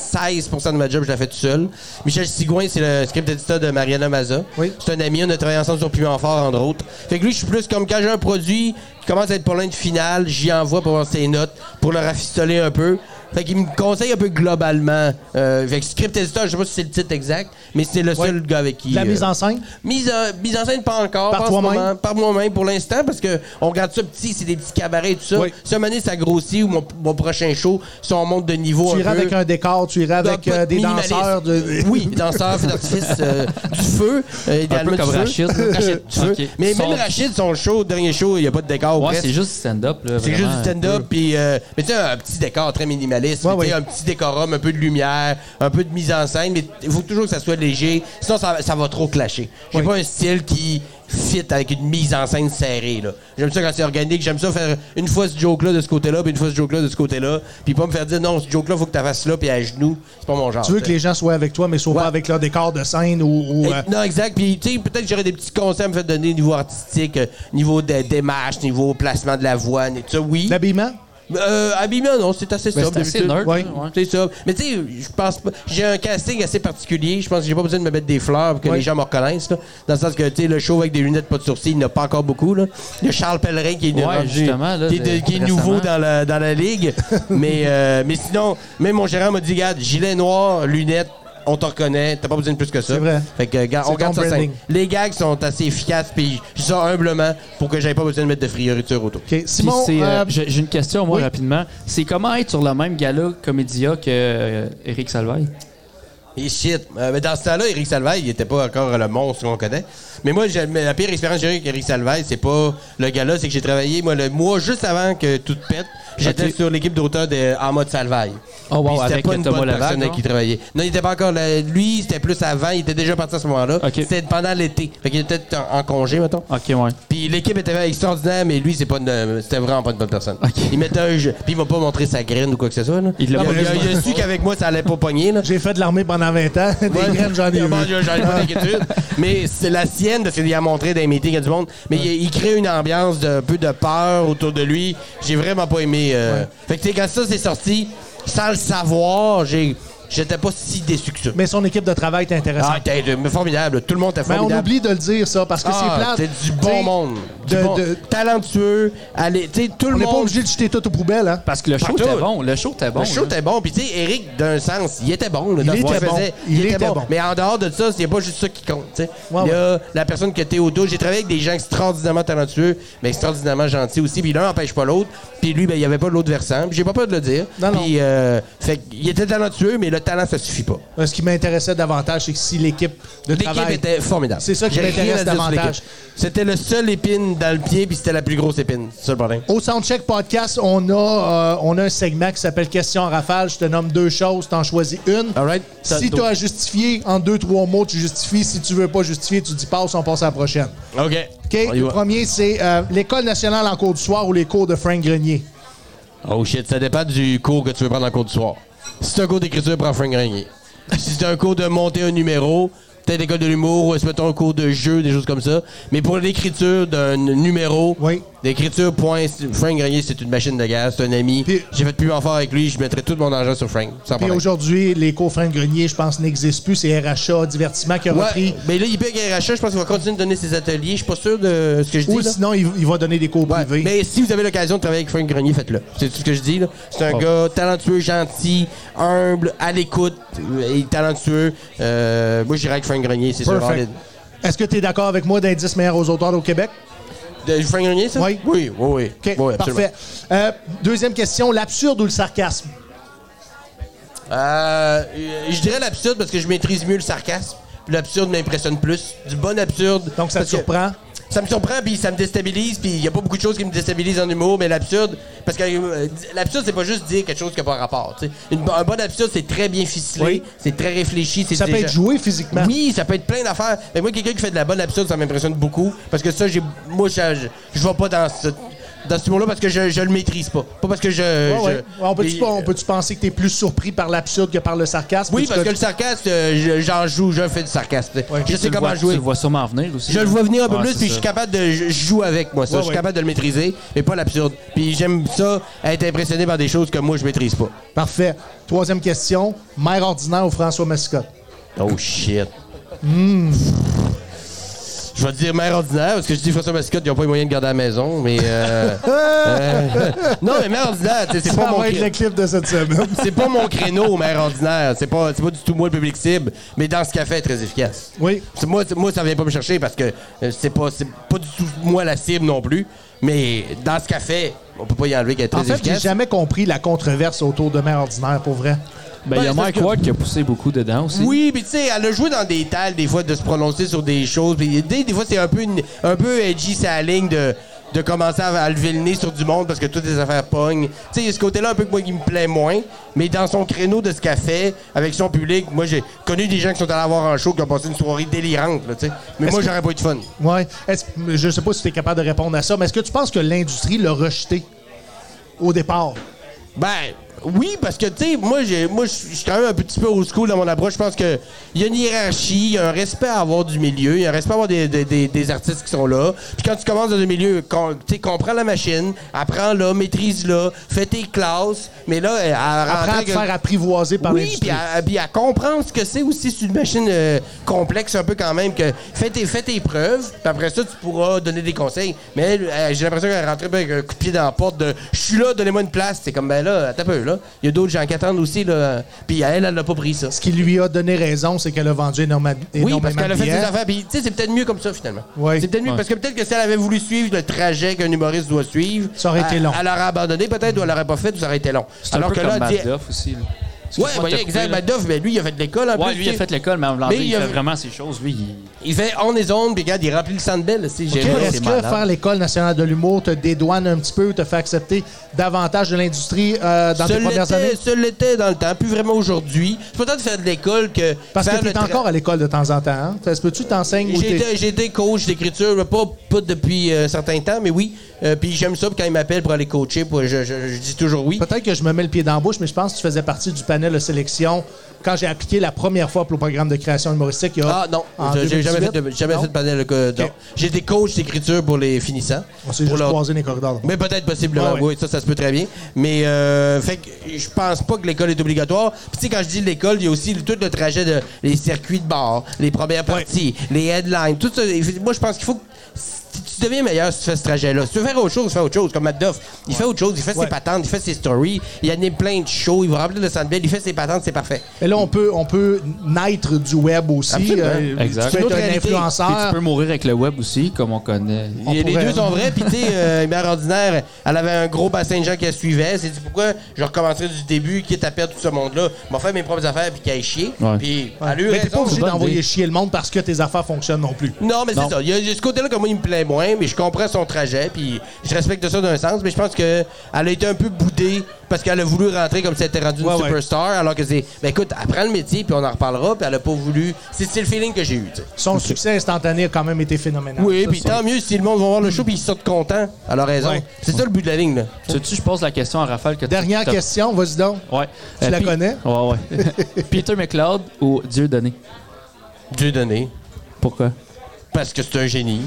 16% de ma job, je la fais tout seul. Michel Sigouin, c'est le script éditeur de Mariana Maza. Oui. C'est un ami, on a travaillé ensemble sur Piment Fort, entre autres. Fait que lui, je suis plus comme quand j'ai un produit qui commence à être pour l'un de finale, j'y envoie pour voir ses notes, pour le rafistoler un peu. Fait qu'il me conseille un peu globalement. Euh, fait que script éditeur, je sais pas si c'est le titre exact, mais c'est le seul gars avec qui. La euh, mise en scène? Mise en, mise en scène, pas encore. Par pas en ce toi-même? moment. Par moi-même pour l'instant, parce que on regarde ça petit, c'est des petits cabarets et tout ça. Oui. Si un moment donné, ça grossit ou mon, mon prochain show, si on monte de niveau Tu un iras peu. avec un décor, tu iras avec Donc, euh, des euh, minimaliste. danseurs. De... Oui, des danseurs, feux d'artifice, euh, du feu, euh, idéalement comme du feu. Rachid. Rachid, du feu. Ok. Mais Son- même Rachid, son show, dernier show, il n'y a pas de décor. Ouais, presque. c'est juste stand-up. là, C'est juste vraiment. du stand-up, puis euh, mais tu sais, un petit décor très minimaliste, Ouais, mais tu sais, ouais. un petit décorum, un peu de lumière, un peu de mise en scène, mais il faut toujours que ça soit léger, sinon ça, ça va trop clasher. J'ai pas un style qui fit avec une mise en scène serrée. là. J'aime ça quand c'est organique, j'aime ça faire une fois ce joke-là de ce côté-là, puis une fois ce joke-là de ce côté-là, puis pas me faire dire non, ce joke-là, faut que tu fasses là, puis à genoux, c'est pas mon genre. Tu veux t'sais. que les gens soient avec toi, mais soient Ouais. pas avec leur décor de scène ou. ou, Et- euh, Non, exact. Puis, tu sais, peut-être que j'aurais des petits conseils à me faire donner niveau artistique, euh, niveau de démarche, niveau placement de la voix, et tout ça, oui. L'habillement? Euh, habillement, non, c'est assez sobre. C'est assez d'habitude. nerd. Ouais. C'est ça. Mais tu sais, je pense pas. J'ai un casting assez particulier. Je pense que j'ai pas besoin de me mettre des fleurs pour que Ouais. les gens me reconnaissent. là. Dans le sens que, tu sais, le show avec des lunettes pas de sourcils, il n'y en a pas encore beaucoup. Là. Il y a Charles Pellerin qui est, Ouais, rendu- justement, là, qui est de- j'ai- qui est récemment. nouveau dans la, dans la ligue. mais, euh, mais sinon, même mon gérant m'a dit, regarde, gilet noir, lunettes. On te reconnaît, t'as pas besoin de plus que ça. C'est vrai. Fait que, gars, C'est on garde ton ça simple. branding. Les gags sont assez efficaces, puis je dis ça humblement pour que j'aie pas besoin de mettre de frioriture autour. OK. Puis Simon, c'est, euh, euh, J'ai j'ai une question, moi, oui. rapidement. C'est comment être sur le même gala comédia que euh, Eric Salvaille? Et shit. Euh, mais dans ce temps-là, Eric Salvaille, il était pas encore le monstre qu'on connaît. Mais moi, j'ai- mais la pire expérience que j'ai eue avec Eric Salvaille, c'est pas le gars-là, c'est que j'ai travaillé, moi, le mois juste avant que tout pète, j'étais sur l'équipe d'auteurs de En mode Salvaille. Oh, wow, Puis c'était avec pas une Thomas bonne Levac, personne avec non? qui travaillait. Non, il était pas encore là. Lui, c'était plus avant, il était déjà parti à ce moment-là. Ok. C'était pendant l'été. Fait qu'il était en, en congé, mettons. OK, ouais. Puis l'équipe était extraordinaire, mais lui, c'est pas une- c'était vraiment pas une bonne personne. Il mettait un jeu, puis il m'a pas montré sa graine ou quoi que ce soit. Là. Il l'a a, pas il a- il a su qu'avec moi, ça allait pas pogner. Là. j'ai fait de l'armée pendant 20 ans. Des Ouais. graines, j'en ai Ah, bon, vu. j'en- j'en ai pas d'inquiétude. Mais c'est la sienne, parce qu'il a montré dans les meetings, il y a du monde. Mais il, il crée une ambiance d'un peu de peur autour de lui. J'ai vraiment pas aimé. euh. Fait que, tu sais, quand ça c'est sorti, sans le savoir, j'ai, j'étais pas si déçu que ça. Mais son équipe de travail est intéressante. Ah, t'es mais formidable. Tout le monde était mais on formidable. oublie de le dire, ça, parce que Ah, c'est t'es plate. du T'sais, bon monde. Du de- bon- de- Talentueux. Allez, tu sais, tout le On n'est monde. pas obligé de jeter tout aux poubelles, hein? Parce que le show Partout. était bon. Le show était bon. Le show là. était bon. Puis, tu sais, Eric, d'un sens, il était bon. là, dans Il ce qu'il était bon. faisait. Il était bon. Mais en dehors de ça, c'est pas juste ça qui compte. tu sais. Ouais, il y a la personne que t'es autour. J'ai travaillé avec des gens extraordinairement talentueux, mais extraordinairement gentils aussi. Puis l'un n'empêche pas l'autre. Puis lui, ben, il n'y avait pas l'autre versant. Puis j'ai pas peur de le dire. Non, non. Puis, euh, fait qu'il était talentueux, mais le talent, ça suffit pas. Euh, Ce qui m'intéressait davantage, c'est que si l'équipe de L'équipe travail... était formidable. C'est ça qui J'ai rien m'intéresse à dire sur davantage. l'équipe. C'était le seul épine dans le pied, puis c'était la plus grosse épine. C'est ça le problème. Au Soundcheck Podcast, on a, euh, on a un segment qui s'appelle Question en rafale. Je te nomme deux choses, t'en choisis une. All right? Ça- Si tu as justifié en deux, trois mots, tu justifies. Si tu veux pas justifier, tu dis passe, on passe à la prochaine. OK. OK? On y Le va. premier, c'est euh, l'École nationale en cours du soir ou les cours de Frank Grenier. Oh shit, ça dépend du cours que tu veux prendre en cours du soir. Si c'est un cours d'écriture, prends Frank Grenier. si c'est un cours de monter un numéro, peut-être école de l'humour, ou si mettons un cours de jeu, des choses comme ça. Mais pour l'écriture d'un numéro, Oui. l'écriture, point, Frank Grenier, c'est une machine de guerre, c'est un ami. Puis- J'ai fait plus en fort avec lui, je mettrais tout mon argent sur Frank. Sans Puis problème. aujourd'hui, les cours Frank Grenier, je pense, n'existent plus. C'est RHA, Divertissement qui a Ouais, repris. mais là, il paye avec RHA, je pense qu'il va continuer de donner ses ateliers. Je suis pas sûr de ce que je dis. Ou là. sinon, il, il va donner des cours Ouais, privés. Mais si vous avez l'occasion de travailler avec Frank Grenier, faites-le. C'est tout ce que je dis. là. C'est Oh. un gars talentueux, gentil, humble, à l'écoute euh, et talentueux. Euh, moi, j'irai avec Frank Grenier, c'est sûr. Perfect. All Est-ce que tu es d'accord avec moi d'indice meilleur aux auteurs au Québec? De euh, Frank Grenier, ça? Oui. Oui, oui, oui. OK, Oui, absolument. parfait. Euh, deuxième question, l'absurde ou le sarcasme? Euh, je dirais l'absurde parce que je maîtrise mieux le sarcasme. Puis L'absurde m'impressionne plus. Du bon absurde. Donc, ça te Parce que- surprend? Ça me surprend, puis ça me déstabilise, puis il y a pas beaucoup de choses qui me déstabilisent en humour, mais l'absurde, parce que euh, l'absurde, c'est pas juste dire quelque chose qui n'a pas rapport. tu sais. Une bo- un bon absurde, c'est très bien ficelé, Oui. c'est très réfléchi. c'est Ça peut déjà- être joué physiquement. Oui, ça peut être plein d'affaires. Mais moi, quelqu'un qui fait de la bonne absurde, ça m'impressionne beaucoup, parce que ça, j'ai, moi, ça, je je vais pas dans ce, dans ce humour-là parce que je, je le maîtrise pas. Pas parce que je. Ouais, Ah ouais. je- On peut-tu les- on peut-tu penser que tu es plus surpris par l'absurde que par le sarcasme? oui, Peux-tu parce te- que le sarcasme, euh, je- j'en joue, je fais du sarcasme. Je sais comment jouer. Tu le vois sûrement venir aussi. Je le vois venir un peu Ouais, plus, c'est puis je ça. suis capable de. Je je joue avec moi, ça. Ouais, je suis ouais. capable de le maîtriser, mais pas l'absurde. Puis j'aime ça, être impressionné par des choses que moi, je maîtrise pas. Parfait. Troisième question, mère ordinaire ou François Mascotte? Oh shit. Hmm. Je vais te dire mère ordinaire, parce que je dis François Mascotte, ils n'ont pas les moyens de garder à la maison, mais. euh, euh, non, mais mère ordinaire, tu sais, c'est pas Ça mon. va être cré- Ah le clip de cette semaine. C'est pas mon créneau, mère ordinaire. C'est pas, c'est pas du tout moi le public cible, mais dans ce qu'elle fait, très efficace. Oui. C'est- Moi, c'est- moi, ça vient pas me chercher parce que euh, c'est pas, c'est pas du tout moi la cible non plus. Mais dans ce qu'elle fait, on peut pas y enlever qu'elle est très En fait, j'ai efficace. jamais compris la controverse autour de mère ordinaire, pour vrai. Ben, il y a Ben, Mike parce que- Ward qui a poussé beaucoup dedans aussi. Oui, puis tu sais, elle a joué dans des tales des fois de se prononcer sur des choses. Puis des, des fois, c'est un peu une- un peu edgy sa ligne de de commencer à, à lever le nez sur du monde parce que toutes les affaires pognent. Tu sais, il y a ce côté-là un peu que moi qui me plaît moins, mais dans son créneau de ce qu'elle fait avec son public, moi j'ai connu des gens qui sont allés avoir un show qui ont passé une soirée délirante, là, tu sais. Mais Est-ce moi que- j'aurais pas eu de fun. Ouais. Est-ce- Je sais pas si tu es capable de répondre à ça, mais est-ce que tu penses que l'industrie l'a rejeté au départ? Ben oui, parce que tu sais, moi j'ai moi je je suis quand même un petit peu old school dans mon approche. Je pense que il y a une hiérarchie, il y a un respect à avoir du milieu, il y a un respect à avoir des, des- des- des artistes qui sont là. Puis quand tu commences dans un milieu, com- tu sais, comprends la machine, apprends-la, maîtrise-la, fais tes classes, mais là, elle- elle Apprends rentrait à te que- faire apprivoiser par oui, l'industrie. puis à, puis à comprendre ce que c'est aussi sur une machine euh, complexe un peu quand même que fais tes, fais tes preuves, puis après ça tu pourras donner des conseils. Mais elle, euh, j'ai l'impression qu'elle rentrait avec un coup de pied dans la porte de je suis là, donnez-moi une place. C'est comme ben là, attends un peu là. Il y a d'autres gens qui attendent aussi là. Puis elle, elle n'a pas pris ça. Ce qui lui a donné raison, c'est qu'elle a vendu énorme- énormément Oui, parce qu'elle de a fait ses billets. affaires. Puis, tu sais, c'est peut-être mieux comme ça, finalement. Oui. C'est peut-être mieux. Parce que peut-être que si elle avait voulu suivre le trajet qu'un humoriste doit suivre, Ça aurait été elle- long. Elle aurait abandonné, peut-être, ou elle aurait pas fait, ou ça aurait été long. C'est un peu que là, comme dis- Madoff aussi. là. Ouais, Excuse-moi de voyez, te exact. couper, là. Madoff, ben, lui, il a fait de l'école, en Ouais, lui, plus, tu il a sais. fait l'école, mais en Mais Vlandais, il il a- fait vraiment ses choses. Lui, il- Il fait on his own, puis regarde, il remplit le Sandbell. C'est Ok, génial. Est-ce que faire l'école nationale de l'humour te dédouane un petit peu ou te fait accepter davantage de l'industrie euh, dans Ce tes premières l'était- années? ce l'était dans le temps, plus vraiment aujourd'hui. C'est pas tant de faire de l'école que. Parce faire que tu le es tra- encore à l'école de temps en temps. Hein? Est-ce que tu t'enseignes ou J'ai t'es- été, j'ai été coach d'écriture, mais pas, pas depuis euh, un certain temps, mais oui. Euh, puis j'aime ça, puis quand ils m'appellent pour aller coacher, puis je, je- je dis toujours oui. Peut-être que je me mets le pied dans la bouche, mais je pense que tu faisais partie du panel de sélection quand j'ai appliqué la première fois pour le programme de création humoristique. il y a- Ah non, en je- j'ai jamais 2018. fait de, jamais Non? fait de panel. euh, non. Ok. J'ai été coach d'écriture pour les finissants. On s'est Pour juste leur- croisé dans les corridors. Mais peut-être possiblement, Ah ouais. oui, ça, ça se peut très bien. Mais euh, fait que je pense pas que l'école est obligatoire. Puis tu sais, quand je dis l'école, il y a aussi le- tout le trajet de les circuits de bar, les premières parties, les headlines, tout ça. Et Moi, je pense qu'il faut que si tu deviens meilleur si tu fais ce trajet-là. Si tu veux faire autre chose, fais autre chose. Comme Matt Duff, il fait autre chose, il fait ses patentes, il fait ses stories, il anime plein de shows, il va remplir le Sandbell, il fait ses patentes, c'est parfait. Mais là, on peut, on peut naître du web aussi. euh, Absolument. Exact. Tu peux Une être autre un réalité. Puis tu influenceur. peux mourir avec le web aussi, comme on connaît. On Et les pourrait, deux hein. sont vrais, puis tu sais, euh, Mère Ordinaire, elle avait un gros bassin de gens qui la suivaient. C'est dit pourquoi je recommencerai du début, quitte à perdre tout ce monde-là. M'en faire mes propres affaires, puis qu'elle chier. Ouais. Puis Ouais. elle a eu Mais t'es pas raison. obligé bonne d'envoyer idée. chier le monde parce que tes affaires fonctionnent non plus. Non, mais c'est ça. Il y, a- il y a ce côté-là que moi, il me plaît moins, mais je comprends son trajet, puis je respecte ça d'un sens, mais je pense que elle a été un peu boudée parce qu'elle a voulu rentrer comme si elle était rendue une Ouais, ouais. superstar, alors que c'est, ben écoute, apprends le métier, puis on en reparlera, puis elle a pas voulu. C'est c'est le feeling que j'ai eu, tu sais. Son succès instantané a quand même été phénoménal. Oui, Ça, puis c'est- tant mieux si le monde va voir le show, puis ils sortent contents. Elle a raison. Ouais. C'est ça le but de la ligne, là. Tu sais-tu, je pose la question à Raphaël que tu- Dernière t'as- question, vas-y donc. Ouais. Euh, Tu la Pi- connais? Ouais, ouais. Peter McLeod ou Dieu donné? Dieu donné. Pourquoi? Parce que c'est un génie.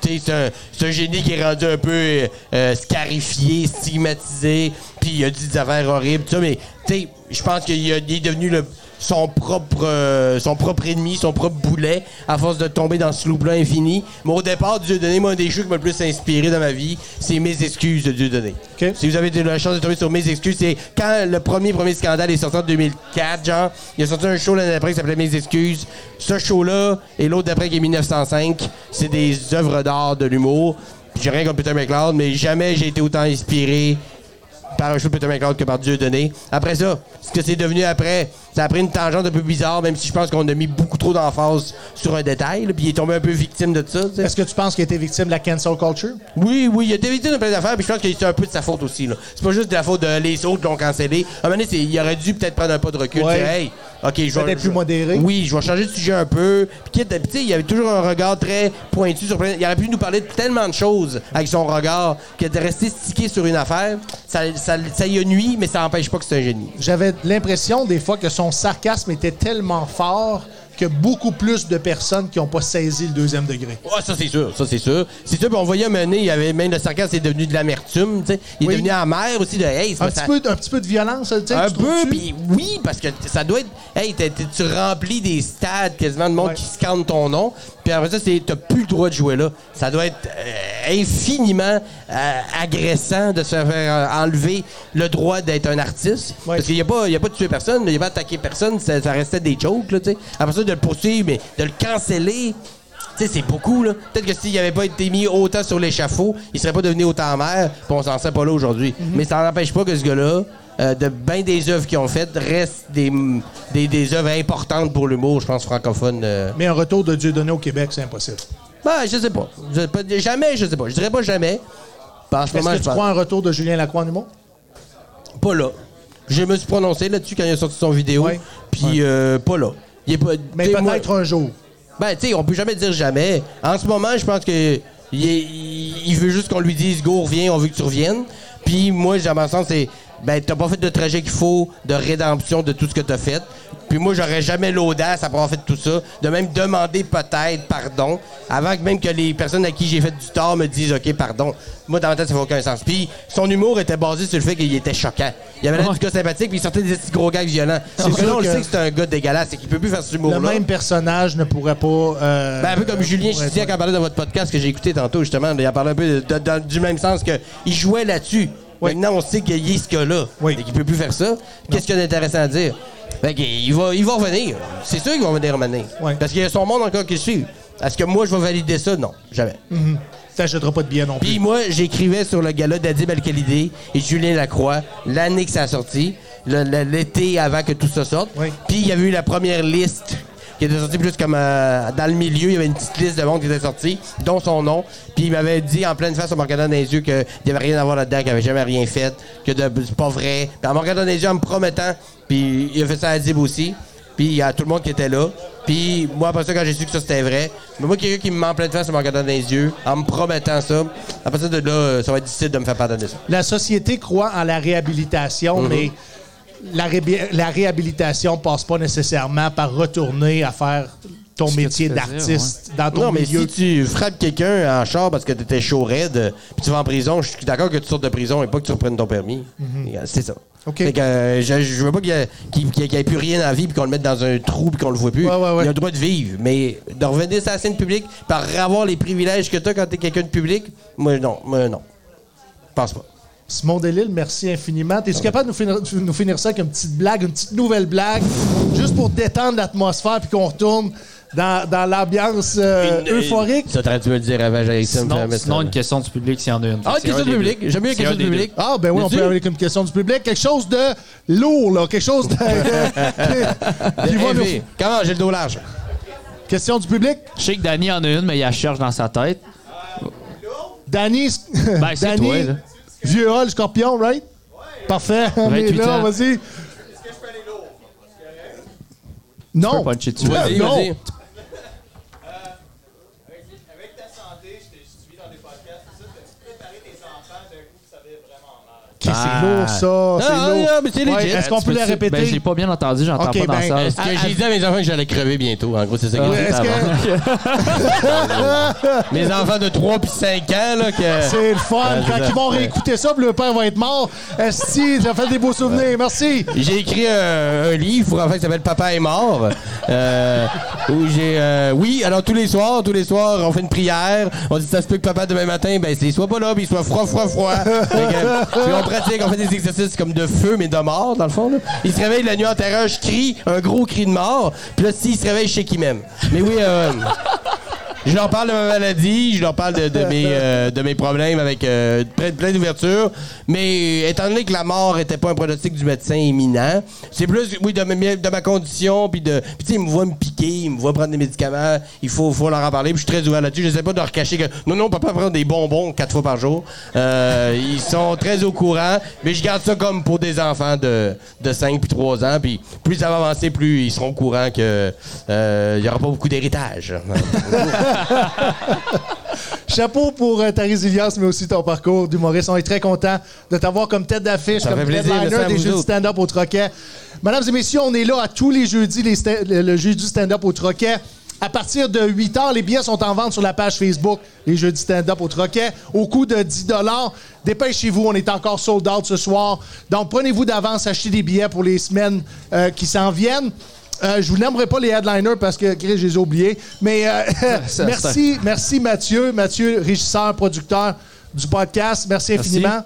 Tu sais, C'est un, c'est un génie qui est rendu un peu euh, euh, scarifié, stigmatisé, puis il a dit des affaires horribles, tout ça, mais tu sais, je pense qu'il a- il est devenu le. son propre, euh, son propre ennemi, son propre boulet, à force de tomber dans ce loup-là infini. Mais au départ, Dieu donné, moi, un des jeux qui m'a le plus inspiré dans ma vie, c'est Mes excuses de Dieu donné. OK. Si vous avez de la chance de tomber sur Mes excuses, c'est quand le premier premier scandale est sorti en 2004, genre, il a sorti un show l'année d'après qui s'appelait Mes excuses. Ce show-là et l'autre d'après qui est 1905, c'est des œuvres d'art de l'humour. Puis J'ai rien contre Peter McLeod, mais jamais j'ai été autant inspiré par un show de Peter McLeod que par Dieu donné. Après ça, ce que c'est devenu après, ça a pris une tangente un peu bizarre, même si je pense qu'on a mis beaucoup trop d'emphase sur un détail, là, puis il est tombé un peu victime de ça. tu sais. Est-ce que tu penses qu'il a été victime de la cancel culture? Oui, oui, il a été victime de plein d'affaires, puis je pense que c'est un peu de sa faute aussi. là. C'est pas juste de la faute de les autres qui l'ont cancellé. À un moment donné, c'est- il aurait dû peut-être prendre un pas de recul, Ouais. dire hey, ok, je vais. Peut-être plus je- modéré. Oui, je vais changer de sujet un peu. Puis quitte à- puis tu sais, il avait toujours un regard très pointu sur plein. Il aurait pu nous parler de tellement de choses avec son regard que de rester stické sur une affaire, ça, ça, ça y a nuit, mais ça n'empêche pas que c'est un génie. J'avais l'impression des fois que son sarcasme était tellement fort que beaucoup plus de personnes qui n'ont pas saisi le deuxième degré. Ouais, ça c'est sûr, ça c'est sûr. C'est sûr, puis on voyait mener, il y avait même le sarcasme, c'est devenu de l'amertume, tu sais. Il est Oui. devenu amer aussi de hey, c'est Un pas petit, ça- peu, un petit peu de violence, tu sais, Un tu trouves-tu? peu, puis oui, parce que t- ça doit être. Hey, t'as- t'as- tu remplis des stades quasiment de monde Ouais. qui scanne ton nom, puis après ça, c'est- t'as plus le droit de jouer là. Ça doit être euh, infiniment euh, agressant de se faire euh, enlever le droit d'être un artiste. Ouais. Parce qu'il n'y a, pas- il y a pas tué personne, il n'y a pas attaqué personne, ça, ça restait des jokes, là, tu sais. Après ça, de le poursuivre, mais de le canceller. Tu sais, c'est beaucoup, là. Peut-être que s'il n'avait pas été mis autant sur l'échafaud, il serait pas devenu autant mer, puis on s'en serait pas là aujourd'hui. Mhm. Mais ça n'empêche pas que ce gars-là, euh, de bien des œuvres qu'ils ont faites, reste des, des, des œuvres importantes pour l'humour, je pense, francophone. euh. Mais un retour de Dieu donné au Québec, c'est impossible. Ben, je sais pas. Je sais pas- Jamais, je sais pas. Je dirais pas jamais. Ben, en Est-ce ce moment, que je tu pense- crois un retour de Julien Lacroix en humour? pas là. Je me suis prononcé là-dessus quand il a sorti son vidéo. Ouais. Puis euh, pas là. Il est pas, Mais t'sais, moi- peut-être un jour. Ben, tu sais, on peut jamais dire jamais. En ce moment, je pense que il, est- il- il veut juste qu'on lui dise go, reviens, on veut que tu reviennes. Puis moi, j'ai mon sens, c'est ben t'as pas fait le trajet qu'il faut de rédemption de tout ce que t'as fait. Puis moi, j'aurais jamais l'audace après avoir fait tout ça de même demander peut-être pardon avant que même que les personnes à qui j'ai fait du tort me disent ok pardon. Moi, dans ma tête, ça fait aucun sens. Puis son humour était basé sur le fait qu'il était choquant. Il avait l'air du gars sympathique, puis il sortait des petits gros gars violents. C'est sûr on le que- sait que c'est un gars dégueulasse et qu'il peut plus faire ce humour-là. Le même personnage ne pourrait pas. euh, Ben, un peu comme Julien pourrait Chidia être- quand parlait dans votre podcast que j'ai écouté tantôt, justement, il en parlait un peu de- de- dans- du même sens que il jouait là-dessus. Oui. Maintenant, on sait qu'il est ce gars-là. Oui. Et qu'il peut plus faire ça. Qu'est-ce qu'il y a d'intéressant à dire? Fait qu'il va, il va revenir. C'est sûr qu'il va revenir maintenant. Oui. Parce qu'il y a son monde encore qui le suit. Est-ce que moi, je vais valider ça? Non, jamais. T'achèteras pas de billets non Puis plus. moi, j'écrivais sur le gala d'Adib Al-Khalidi et Julien Lacroix l'année que ça a sorti, le- le- l'été avant que tout ça sorte. Oui. Puis il y avait eu la première liste qui était sortie plus comme euh, dans le milieu, il y avait une petite liste de monde qui était sortie, dont son nom. Puis il m'avait dit en pleine face en me regardant dans les yeux qu'il n'y avait rien à voir là-dedans, qu'il n'avait jamais rien fait, que de- c'est pas vrai. Puis en me regardant dans les yeux, en me promettant, puis il a fait ça à Adib aussi. Puis il y a tout le monde qui était là. Puis moi, après ça, quand j'ai su que ça c'était vrai, mais moi, quelqu'un qui me ment en pleine face en me regardant dans les yeux, en me promettant ça, à partir de là, euh, ça va être difficile de me faire pardonner ça. La société croit en la réhabilitation, Mhm. mais la, ré- la réhabilitation passe pas nécessairement par retourner à faire ton métier faisais, d'artiste dans ton Non, mais milieu. si tu frappes quelqu'un en char parce que t'étais chaud raide, euh, puis tu vas en prison, je suis d'accord que tu sortes de prison et pas que tu reprennes ton permis. Et, euh, C'est ça. OK. Fait que, euh, je, je veux pas qu'il y ait- qu'il qu'il- qu'il y ait plus rien à vivre puis qu'on le mette dans un trou puis qu'on le voit plus. Ouais, ouais, ouais. Il a le droit de vivre, mais de revenir sur la scène publique par avoir les privilèges que t'as quand t'es quelqu'un de public, moi non, moi non. Je pense pas. Simon Delille, merci infiniment. Es-tu capable de nous finir, nous finir ça avec une petite blague, une petite nouvelle blague, juste pour détendre l'atmosphère puis qu'on retourne dans, dans l'ambiance euh, Une- euphorique? Ça, t'aurais dû me le dire avant, j'avais ça me faire Sinon, mettre sinon ça. une question du public s'il y en a une. Ah, une C'est un des question du public. deux. J'aime mieux une C'est question un des du public. Ah, ben oui, on Là-dessus? peut avoir une question du public. Quelque chose de lourd, là. Quelque chose de. de- qui va nous- Élevé. Comment? J'ai le dos large. Question du public. Je sais que Danny en a une, mais il la cherche dans sa tête. Danny. Ben, c'est Danny, toi, là. Vieux Hall, scorpion, right? Parfait. On est 28 là, ans. vas-y. Tu peux Non. puncher dessus. Vas-y, non. vas-y. Avec ta santé, je t'ai suivi dans des podcasts, tout ça, t'as-tu préparé tes enfants d'un coup, ça savez vraiment mal? Chris, c'est lourd, ça. Ah, C'est lourd. ah, mais c'est Ouais, legit. Est-ce qu'on peut la répéter? Ben, j'ai pas bien entendu, j'entends Ok, pas dans ben, ça. Est-ce que j'ai dit à mes enfants que j'allais crever bientôt? En gros, c'est ça que Ouais, j'ai dit Est-ce avant. que Mes enfants de 3 puis 5 ans, là, que... c'est le fun? Euh, Quand je- ils vont réécouter ça, puis le père va être mort. Esti, ça fait des beaux souvenirs. Merci. J'ai écrit un, un livre pour enfants qui s'appelle Papa est mort. Euh, où j'ai. euh, oui, alors tous les soirs, tous les soirs, on fait une prière. On dit ça se peut que papa demain matin, ben c'est soit pas là, puis soit froid, froid, froid. Fait que, puis on pratique, on fait des exercices comme de feu, mais de mort, dans le fond. Là. Il se réveille la nuit en terreur, je crie, un gros cri de mort. Puis là, s'il se réveille, je sais qui m'aime. Mais oui, euh, Je leur parle de ma maladie, je leur parle de, de mes, euh, de mes problèmes avec euh, plein, plein d'ouvertures. Mais étant donné que la mort n'était pas un pronostic du médecin imminent, c'est plus, oui, de, mes- de ma condition, puis de. Puis tu sais, ils me voient me piquer, ils me voient prendre des médicaments, il faut, faut leur en parler, puis je suis très ouvert là-dessus. Je sais pas de leur cacher que. Non, non, papa prend des bonbons quatre fois par jour. Euh, ils sont très au courant, mais je garde ça comme pour des enfants de, de 5 puis 3 ans, puis plus ça va avancer, plus ils seront au courant qu'il n'y aura pas beaucoup d'héritage. Chapeau pour euh, ta résilience, mais aussi ton parcours d'humoriste. On est très content de t'avoir comme tête d'affiche, Ça comme fait plaisir, merci headliner à des vous jeux de autres. stand-up au Troquet. Mesdames et messieurs, on est là à tous les jeudis, les sta- le, le jeudi stand-up au Troquet. À partir de 8 heures, les billets sont en vente sur la page Facebook, les jeudis stand-up au Troquet, au coût de 10 Dépêchez-vous, on est encore sold out ce soir. Donc, prenez-vous d'avance, achetez des billets pour les semaines euh, qui s'en viennent. Euh, je vous nommerai pas les headliners parce que Chris, je les ai oubliés. Mais euh, merci, merci Mathieu. Mathieu, régisseur, producteur du podcast. Merci infiniment.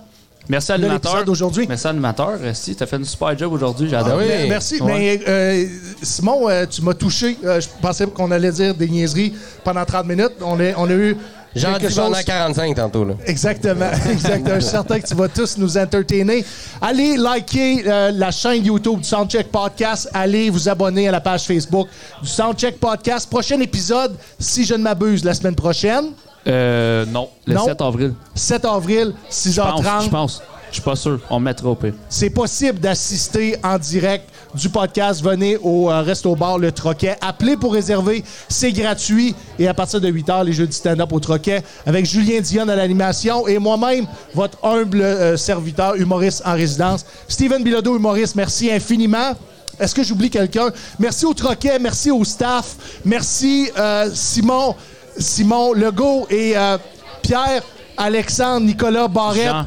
Merci De animateur. l'épisode d'aujourd'hui. Merci animateur. Euh, Si, t'as fait une super job aujourd'hui, j'adore. oui. Mais- Merci. Mais euh, Simon, euh, tu m'as touché. Euh, je pensais qu'on allait dire des niaiseries pendant 30 minutes. On a, on a eu. J'en quelque dis pendant chose- 45 tantôt, là. Exactement, exactement. Je suis certain que tu vas tous nous entertainer. Allez liker euh, la chaîne YouTube du Soundcheck Podcast. Allez vous abonner à la page Facebook du Soundcheck Podcast. Prochain épisode, si je ne m'abuse, la semaine prochaine, Euh, non, le Non. 7 avril. 7 avril, Je pense, je 6h30. pense. Je suis pas sûr. On le mettra au pire. C'est possible d'assister en direct du podcast. Venez au euh, Resto Bar Le Troquet. Appelez pour réserver. C'est gratuit. Et à partir de 8 h, les jeux du stand-up au Troquet avec Julien Dion à l'animation et moi-même, votre humble euh, serviteur, humoriste en résidence. Steven Bilodeau, humoriste, merci infiniment. Est-ce que j'oublie quelqu'un? Merci au Troquet, merci au staff, merci euh, Simon, Simon Legault et euh, Pierre, Alexandre, Nicolas Barrette. Jean.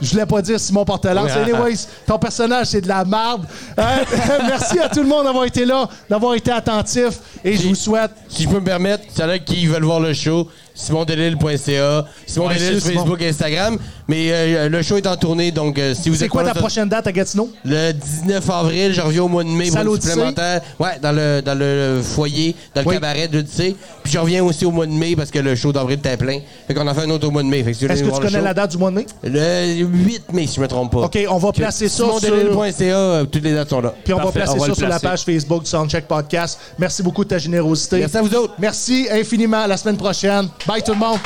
Je voulais pas dire Simon Portelance. Oui, ah, Anyways, ton personnage, c'est de la merde. Euh, merci à tout le monde d'avoir été là, d'avoir été attentif. Et je vous souhaite. Si je peux me permettre, c'est là qui veulent voir le show, simondelille.ca, simondelille sur c'est Facebook et Instagram. Mais euh, le show est en tournée, donc euh, si vous C'est êtes quoi pas ta là, prochaine date à Gatineau? Le 19 avril, je reviens au mois de mai Salle pour une Odyssée. supplémentaire. Ouais, dans le, dans le foyer, dans le Oui. cabaret de l'Odyssée. Puis je reviens aussi au mois de mai parce que le show d'avril était plein. Fait qu'on en fait un autre au mois de mai. Fait que si vous voulez Est-ce que voir tu connais le la show, Oh. date du mois de mai? Le 8 mai, si je me trompe pas. OK, on va placer ça sur. Simondelille.ca, euh, toutes les dates sont là. Puis on va Parfait, placer on va ça le sur la placer. page Facebook du Soundcheck Podcast. Merci beaucoup de ta générosité. Merci à vous autres. Merci infiniment. À la semaine prochaine. Bye tout le monde.